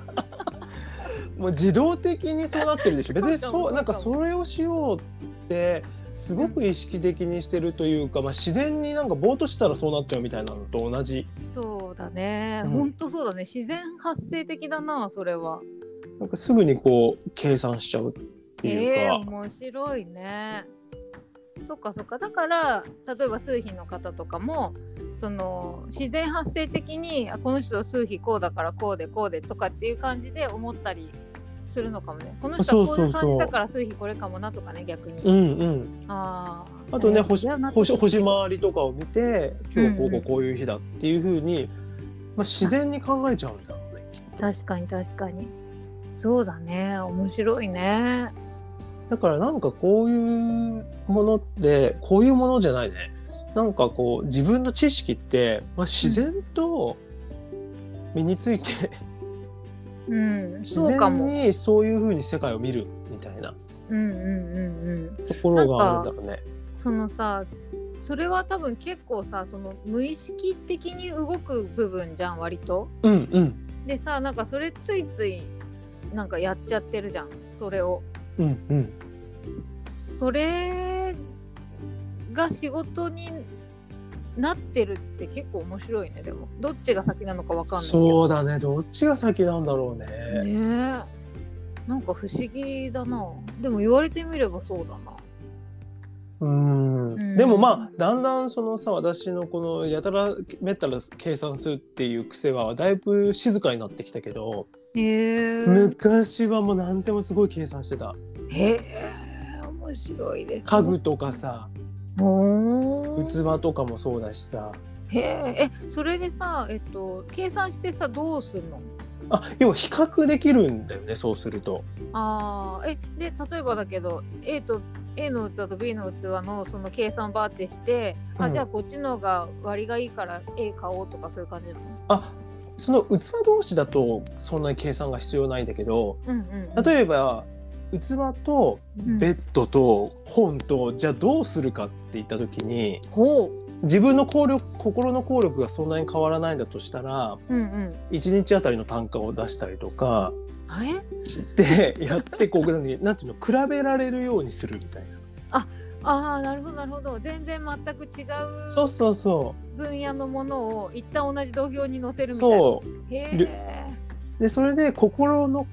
[SPEAKER 1] もう自動的にそうなってるでしょ別に
[SPEAKER 2] そうか
[SPEAKER 1] そ
[SPEAKER 2] も
[SPEAKER 1] うなんかそれをしようってすごく意識的にしてるというか、まあ、自然になんかぼーっとしてたらそうなっちゃうみたいなのと同じ
[SPEAKER 2] そうだね。
[SPEAKER 1] うん
[SPEAKER 2] ほんとそうだね。自然発生的だなそれは。
[SPEAKER 1] なんかすぐにこう計算しちゃうっていうか、
[SPEAKER 2] えー面白いね。そっかそっかだから例えば数比の方とかもその自然発生的にあこの人数比こうだからこうでこうでとかっていう感じで思ったりするのかもねこの人はこう
[SPEAKER 1] そう
[SPEAKER 2] い
[SPEAKER 1] そう
[SPEAKER 2] う
[SPEAKER 1] そう
[SPEAKER 2] 感じだから数比これかもなとかね逆に、
[SPEAKER 1] うんうん、
[SPEAKER 2] あー
[SPEAKER 1] あとね、
[SPEAKER 2] えー
[SPEAKER 1] 星
[SPEAKER 2] それは納得
[SPEAKER 1] 星星回りとかを見て今日こうこうこういう日だっていうふうに、まあ、自然に考えちゃうんだろうねきっと
[SPEAKER 2] 確かに確かにそうだね面白いね
[SPEAKER 1] だからなんかこういうものってこういうものじゃないねなんかこう自分の知識って、まあ、自然と身について、
[SPEAKER 2] うん
[SPEAKER 1] 自
[SPEAKER 2] そうか
[SPEAKER 1] 然
[SPEAKER 2] も
[SPEAKER 1] に そういうふうに世界を見るみたいな
[SPEAKER 2] うんうんうんうん
[SPEAKER 1] ところがあるんだろうね。
[SPEAKER 2] そのさそれは多分結構さその無意識的に動く部分じゃん割と。
[SPEAKER 1] うんうん
[SPEAKER 2] でさなんかそれついついなんかやっちゃってるじゃんそれを。
[SPEAKER 1] うんうん
[SPEAKER 2] それが仕事になってるって結構面白いねでもどっちが先なのかわかんないけ
[SPEAKER 1] そ
[SPEAKER 2] ど。
[SPEAKER 1] うだねどっちが先なんだろうね。
[SPEAKER 2] ねえなんか不思議だなでも言われてみればそうだな。
[SPEAKER 1] うん
[SPEAKER 2] うん
[SPEAKER 1] でもまあだんだんそのさ私のこのやたらめったら計算するっていう癖はだいぶ静かになってきたけど、
[SPEAKER 2] へえ。
[SPEAKER 1] 昔はもう何でもすごい計算してた。
[SPEAKER 2] へえ面白いです、ね。
[SPEAKER 1] 家具とかさ
[SPEAKER 2] おー
[SPEAKER 1] 器とかもそうだしさ
[SPEAKER 2] へええそれでさえっと計算してさどうするの
[SPEAKER 1] あ要は比較できるんだよねそうすると。
[SPEAKER 2] あーえで例えばだけど A と A の器と B の器のその計算バーってして、
[SPEAKER 1] う
[SPEAKER 2] あ
[SPEAKER 1] ん
[SPEAKER 2] じゃあこっちのが割がいいから A 買おうとかそういう感じなの
[SPEAKER 1] あその器同士だとそんなに計算が必要ないんだけど
[SPEAKER 2] うんうん
[SPEAKER 1] 例えば器と
[SPEAKER 2] うん
[SPEAKER 1] ベッドと本とじゃあどうするかって言った時に
[SPEAKER 2] ほ
[SPEAKER 1] 自分の効力心の効力がそんなに変わらないんだとしたら
[SPEAKER 2] ううんうん
[SPEAKER 1] 1日あたりの単価を出したりとか
[SPEAKER 2] え
[SPEAKER 1] してやってこう何なんていうの比べられるようにするみたいな。
[SPEAKER 2] ああなるほどなるほど全然全く違
[SPEAKER 1] そうそうそう
[SPEAKER 2] 分野のものを一旦同じ土俵に乗せ
[SPEAKER 1] う
[SPEAKER 2] るみたいな
[SPEAKER 1] そう
[SPEAKER 2] へえ
[SPEAKER 1] でそれで心の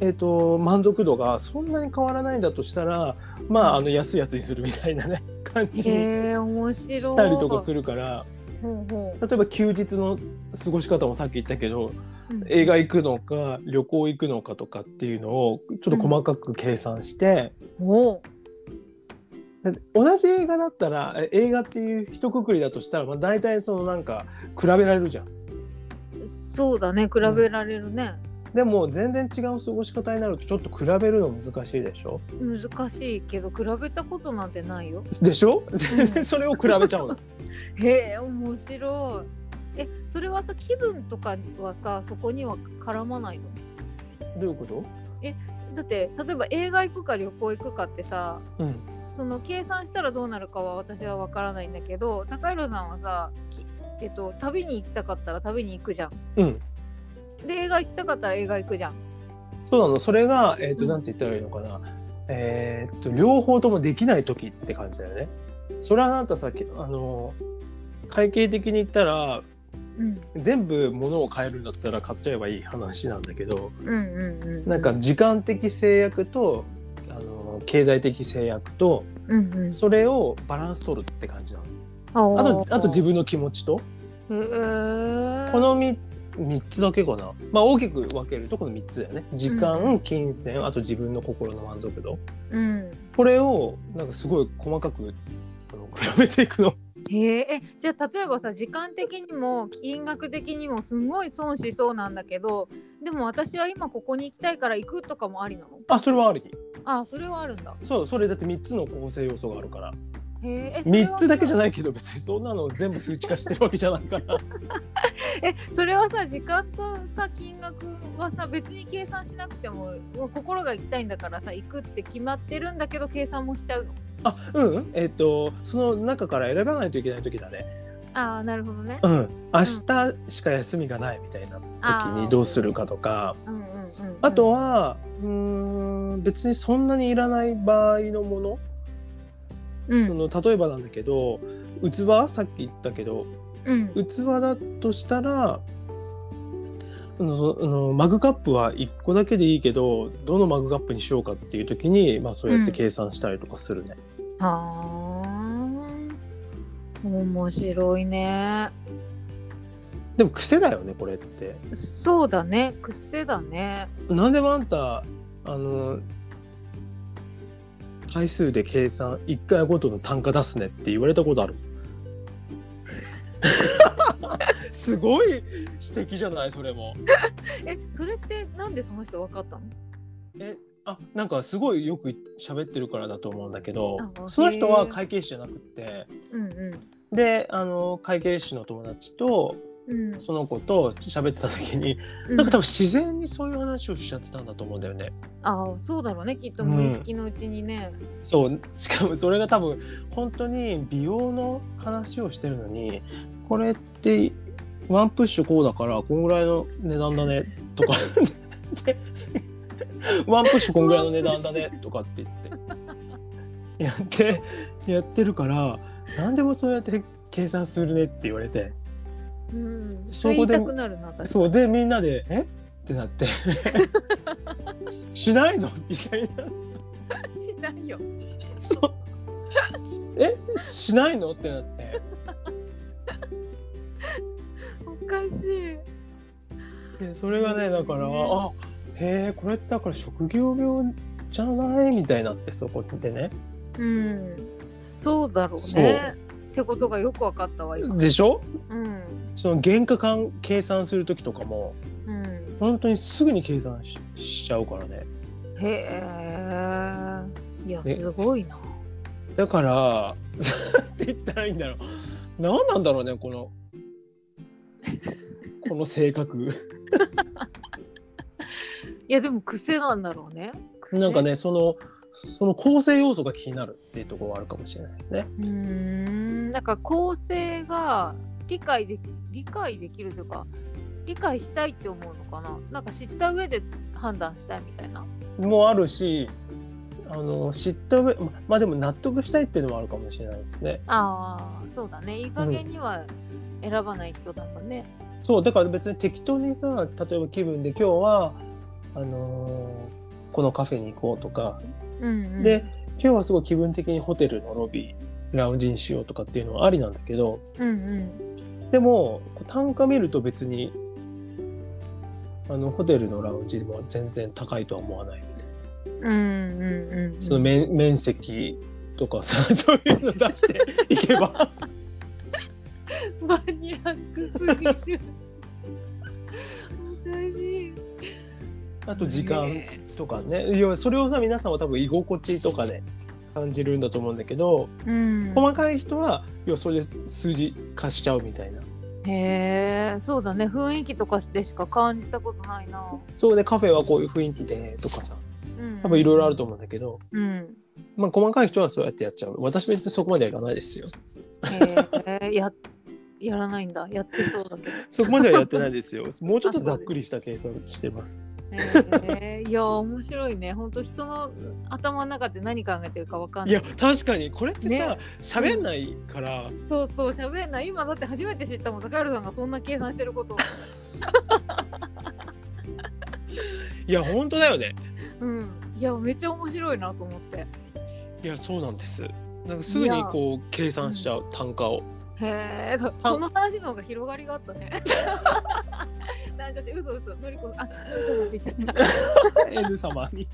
[SPEAKER 1] えっと満足度がそんなに変わらないんだとしたらまああの安いやつにするみたいなね 感じに
[SPEAKER 2] へえ面白い。
[SPEAKER 1] したりとかするから
[SPEAKER 2] ほうほ
[SPEAKER 1] 例えば休日の過ごし方もさっき言ったけど
[SPEAKER 2] ううん
[SPEAKER 1] 映画行くのか旅行行くのかとかっていうのをちょっと細かく計算して、
[SPEAKER 2] ほう
[SPEAKER 1] で同じ映画だったらえ映画っていう一括りだとしたら、まあ、大体そのなんか比べられるじゃん。
[SPEAKER 2] そうだね比べられるね、
[SPEAKER 1] でも全然違う過ごし方になるとちょっと比べるの難しいでしょ
[SPEAKER 2] 難しいけど比べたことなんてな いよ。
[SPEAKER 1] でしょそれを比べちゃ うの。
[SPEAKER 2] へえ面白い。えそれはさ気分とかはさそこには絡まないの
[SPEAKER 1] どういうこと
[SPEAKER 2] だって例えば映画行くか旅行行くかってさ
[SPEAKER 1] うん、
[SPEAKER 2] その計算したらどうなるかは私は分からないんだけど高弘さんはさ、きえっと、旅に行きたかったら旅に行くじゃん。
[SPEAKER 1] うん、
[SPEAKER 2] で映画行きたかったら映画行くじゃん。
[SPEAKER 1] そうなのそれが、えー、と
[SPEAKER 2] うん
[SPEAKER 1] なんて言ったらいいのかな、えー、と両方ともできない時って感じだよね。それはあなたさけあの会計的に言ったら
[SPEAKER 2] うん
[SPEAKER 1] 全部物を買えるんだったら買っちゃえばいい話なんだけど
[SPEAKER 2] うんうんうん、
[SPEAKER 1] なんか時間的制約とあの経済的制約と
[SPEAKER 2] うんうん、
[SPEAKER 1] それをバランス取るって感じなの。
[SPEAKER 2] あ
[SPEAKER 1] あとあと自分の気持ちと
[SPEAKER 2] 分、へー
[SPEAKER 1] この 3, つだけかな、まあ、大きく分けるとこの3つだよね時間、
[SPEAKER 2] う
[SPEAKER 1] 金銭あと自分の心の満足度
[SPEAKER 2] うん、
[SPEAKER 1] これをなんかすごい細かくあの比べていくの
[SPEAKER 2] へええじゃあ例えばさ時間的にも金額的にもすごい損しそうなんだけどでも私は今ここに行きたいから行くとかもありなの
[SPEAKER 1] あそれはある
[SPEAKER 2] あそれはあるんだ
[SPEAKER 1] そうそれだって3つの構成要素があるから
[SPEAKER 2] へええそれ
[SPEAKER 1] 3
[SPEAKER 2] は
[SPEAKER 1] つだけじゃ
[SPEAKER 2] い
[SPEAKER 1] ないけど別にそんなの全部数値化してるわけじゃないから
[SPEAKER 2] えそれはさ時間とさ金額はさ別に計算しなくてももう心が行きたいんだからさ行くって決まってるんだけど計算もしちゃうの
[SPEAKER 1] あうんえっ、とその中から選ばないといけない時だね
[SPEAKER 2] ああなるほどね
[SPEAKER 1] うん明日しか休みがないみたいな時にどうするかとか
[SPEAKER 2] うんうんうん、うん、
[SPEAKER 1] あとはうーん別にそんなにいらない場合のもの、
[SPEAKER 2] うん、
[SPEAKER 1] その例えばなんだけど器さっき言ったけど
[SPEAKER 2] うん
[SPEAKER 1] 器だとしたらあのそあのマグカップは1個だけでいいけどどのマグカップにしようかっていう時に、まあ、そうやって計算したりとかするね。
[SPEAKER 2] はあ面白いね
[SPEAKER 1] でも癖だよねこれって。
[SPEAKER 2] そうだね癖だね
[SPEAKER 1] なんでもあんたあの回数で計算1回ごとの単価出すねって言われたことある すごい指摘じゃないそれも。
[SPEAKER 2] えそれってなんでその人分かったの
[SPEAKER 1] えあなんかすごいよく喋ってるからだと思うんだけど
[SPEAKER 2] あ
[SPEAKER 1] その人は会計士じゃなくて
[SPEAKER 2] うんう
[SPEAKER 1] であの会計士の友達と
[SPEAKER 2] んうん
[SPEAKER 1] その子と喋ってた時に、
[SPEAKER 2] うん
[SPEAKER 1] なんか多分自然にそういう話をしちゃってたんだと思うんだよね。
[SPEAKER 2] ああそうだろうねきっと無意識のうちにね、
[SPEAKER 1] そうしかもそれが多分本当に美容の話をしてるのにこれってワンプッシュこうだからこんぐらいの値段だねとかでワンプッシュこんぐらいの値段だねとかって言ってやってやってるから何でもそうやって計算するねって言われて
[SPEAKER 2] うん
[SPEAKER 1] そ
[SPEAKER 2] そ
[SPEAKER 1] こ
[SPEAKER 2] う
[SPEAKER 1] で
[SPEAKER 2] 言いたくなるな私
[SPEAKER 1] そうでみんなで「えっ?」てなって しないのみたいな。
[SPEAKER 2] しないよ
[SPEAKER 1] そう。え、しないのってなって。
[SPEAKER 2] おかしい
[SPEAKER 1] で、それがね、だから、あ、へえ、これってだから職業病じゃないみたいになって、そこでね。
[SPEAKER 2] うんそうだろう
[SPEAKER 1] そう
[SPEAKER 2] ねってことがよく分かったわ今
[SPEAKER 1] でしょ
[SPEAKER 2] うん
[SPEAKER 1] その原価関計算する時とかも、
[SPEAKER 2] うん
[SPEAKER 1] 本当にすぐに計算ししちゃうからね。
[SPEAKER 2] へえいや
[SPEAKER 1] ね
[SPEAKER 2] すごいな
[SPEAKER 1] だから、なんて言ったらいいんだろう。何なんだろうね、この、この性格。
[SPEAKER 2] いやでも癖なんだろうね癖
[SPEAKER 1] なんかね、その、その構成要素が気になるっていうところはあるかもしれないですね。
[SPEAKER 2] うーんなんか構成が理解で理解できるというか理解したいって思うのかななんか知った上で判断したいみたいな
[SPEAKER 1] もあるしあの知った上ままあでも納得したいっていうのもあるかもしれないですね
[SPEAKER 2] ああそうだねいい加減には選ばない人だもんね
[SPEAKER 1] そうだから別に適当にさ例えば気分で今日はあのこのカフェに行こうとか、
[SPEAKER 2] うんうん、
[SPEAKER 1] で、今日はすごい気分的にホテルのロビーラウンジにしようとかっていうのはありなんだけど
[SPEAKER 2] うんうん、
[SPEAKER 1] でも単価見ると別にあのホテルのラウンジも全然高いとは思わないみたいな。
[SPEAKER 2] うんうんうんうん
[SPEAKER 1] その面面積とかさそういうの出していけば
[SPEAKER 2] マニアックすぎる。おかしい。
[SPEAKER 1] あと時間とかねいやそれをさ皆さんは多分居心地とかで感じるんだと思うんだけど、
[SPEAKER 2] うん。
[SPEAKER 1] 細かい人は要はそれで数字化しちゃうみたいな
[SPEAKER 2] へえ、そうだね。雰囲気とかでしか感じたことないな。
[SPEAKER 1] そうでカフェはこういう雰囲気でとかさ
[SPEAKER 2] うん、
[SPEAKER 1] 多分いろいろあると思うんだけど、
[SPEAKER 2] うん。
[SPEAKER 1] まあ、細かい人はそうやってやっちゃう私別にそこまではいかないですよ
[SPEAKER 2] へえ、や、やらないんだ。やってそうだけど。
[SPEAKER 1] そこまではやってないですよ もうちょっとざっくりした計算してます
[SPEAKER 2] へえ、いや、面白いね。本当人の頭の中で何考えてるかわかん
[SPEAKER 1] いや
[SPEAKER 2] ない。
[SPEAKER 1] 確かにこれってさ
[SPEAKER 2] ね
[SPEAKER 1] 喋、んないから
[SPEAKER 2] そうそう、喋んない。今だって初めて知ったもん。高原さんがそんな計算してることを。
[SPEAKER 1] いや本当だよね
[SPEAKER 2] うん。いや、めっちゃ面白いなと思って。
[SPEAKER 1] いやそうなんです。なんかすぐにこう計算しちゃう単価を。
[SPEAKER 2] へえ、そ
[SPEAKER 1] あ
[SPEAKER 2] この話の方が広がりがあったね。なんちゃって、嘘嘘、のりこ、あ、嘘嘘って言っちゃった。
[SPEAKER 1] N 様に。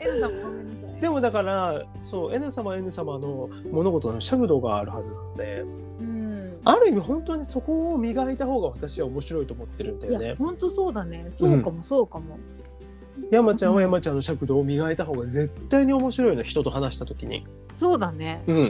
[SPEAKER 2] えのさんもごめんなさい。
[SPEAKER 1] でもだからそう N 様 N 様の物事の尺度があるはずなので、
[SPEAKER 2] うん。
[SPEAKER 1] ある意味本当にそこを磨いた方が私は面白いと思ってるんだよ
[SPEAKER 2] いや、
[SPEAKER 1] ね。
[SPEAKER 2] 本当そうだね。そうかも、そうかも。
[SPEAKER 1] 山ちゃんは山ちゃんの尺度を磨いた方が絶対に面白いの人と話した時に。
[SPEAKER 2] そうだね。
[SPEAKER 1] うん。
[SPEAKER 2] う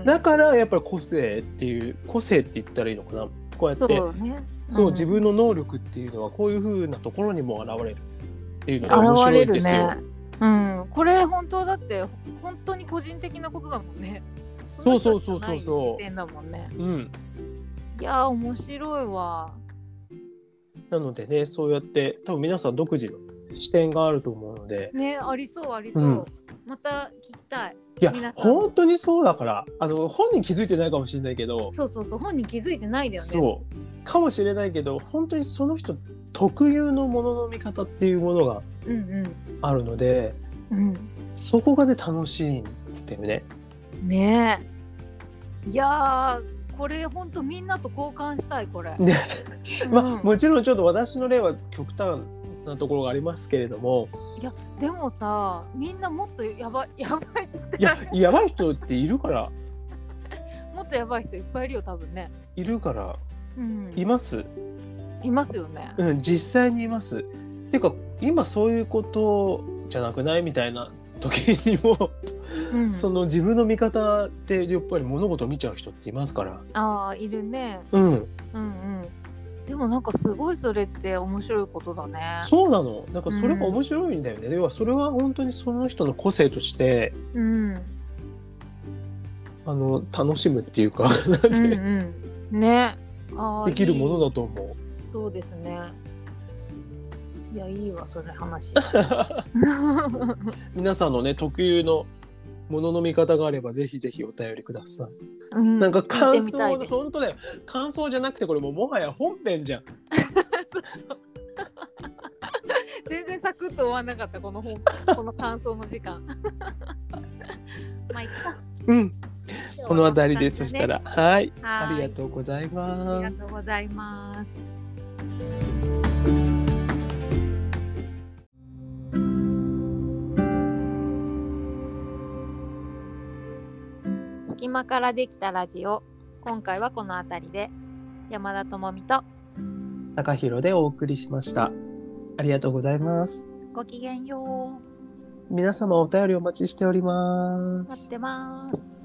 [SPEAKER 2] ん、
[SPEAKER 1] だからやっぱり個性っていう個性って言ったらいいのかな。こうやっ
[SPEAKER 2] そう
[SPEAKER 1] て
[SPEAKER 2] だね。
[SPEAKER 1] そう、
[SPEAKER 2] ん
[SPEAKER 1] 自分の能力っていうのはこういう風なところにも現れるっていうのが面
[SPEAKER 2] 現
[SPEAKER 1] 白
[SPEAKER 2] れ
[SPEAKER 1] いで
[SPEAKER 2] る
[SPEAKER 1] すよ。
[SPEAKER 2] ね。うん、これ本当だって本当に個人的なことだもんね。
[SPEAKER 1] そうそうそうそうそう
[SPEAKER 2] の人しかない視点だもんね。
[SPEAKER 1] うん。
[SPEAKER 2] いやー面白いわ。
[SPEAKER 1] なのでねそうやって多分皆さん独自の視点があると思うので
[SPEAKER 2] ねありそうありそう。
[SPEAKER 1] うん
[SPEAKER 2] また聞きたい。
[SPEAKER 1] いや
[SPEAKER 2] 皆さん
[SPEAKER 1] 本当にそうだからあの本人気づいてないかもしれないけど、
[SPEAKER 2] そうそうそう本人気づいてないだよね。
[SPEAKER 1] そうかもしれないけど本当にその人特有のものの見方っていうものが
[SPEAKER 2] うん
[SPEAKER 1] あるので
[SPEAKER 2] うん
[SPEAKER 1] そこがね楽しいんですよね。
[SPEAKER 2] うんねえいやーこれほんとみんなと交換したいこれ、
[SPEAKER 1] ね
[SPEAKER 2] うん
[SPEAKER 1] まあもちろんちょっと私の例は極端なところがありますけれども
[SPEAKER 2] いやでもさみんなもっとやばいやばいって言って
[SPEAKER 1] い ややばい人っているから
[SPEAKER 2] もっとやばい人いっぱいいるよ多分ね、
[SPEAKER 1] いるから
[SPEAKER 2] うん、
[SPEAKER 1] います。
[SPEAKER 2] いますよね、
[SPEAKER 1] うん、実際にいます。てか今そういうことじゃなくないみたいな時にも、
[SPEAKER 2] うん、
[SPEAKER 1] その自分の見方でやっぱり物事を見ちゃう人っていますから。
[SPEAKER 2] ああいるね
[SPEAKER 1] うん、
[SPEAKER 2] うんうんでもなんかすごいそれって面白いことだね
[SPEAKER 1] そうなの。だからそれが面白いんだよね。要はそれは本当にその人の個性として
[SPEAKER 2] うん
[SPEAKER 1] あの楽しむっていうか、
[SPEAKER 2] うんうんねあー
[SPEAKER 1] できるも
[SPEAKER 2] いい
[SPEAKER 1] のだと思う。
[SPEAKER 2] そうですね。いや、いいわ、そ れ話。
[SPEAKER 1] 皆さんのね特有のものの見方があればぜひぜひお便りください。
[SPEAKER 2] うん
[SPEAKER 1] なんか
[SPEAKER 2] 聞いて
[SPEAKER 1] 感
[SPEAKER 2] みたい
[SPEAKER 1] 想
[SPEAKER 2] です
[SPEAKER 1] 本当だよ。感想じゃなくてこれもうもはや本編じゃん。
[SPEAKER 2] 全然サクッと終わんなかった、この本、この感想の時 間。まあ、いっか。
[SPEAKER 1] うん。
[SPEAKER 2] そ
[SPEAKER 1] このあたりでそした。ら、はい、あ
[SPEAKER 2] は
[SPEAKER 1] り
[SPEAKER 2] い
[SPEAKER 1] がとうござい
[SPEAKER 2] あり
[SPEAKER 1] ま
[SPEAKER 2] が
[SPEAKER 1] す。
[SPEAKER 2] とうございます。隙間からできたラジオ。今回はこのあたりで山田智美と
[SPEAKER 1] 高弘でお送りしました。ありがとうございます。
[SPEAKER 2] ごきげんよう。
[SPEAKER 1] 皆様お便りお待ちしておりま
[SPEAKER 2] 待
[SPEAKER 1] す
[SPEAKER 2] っ。てます。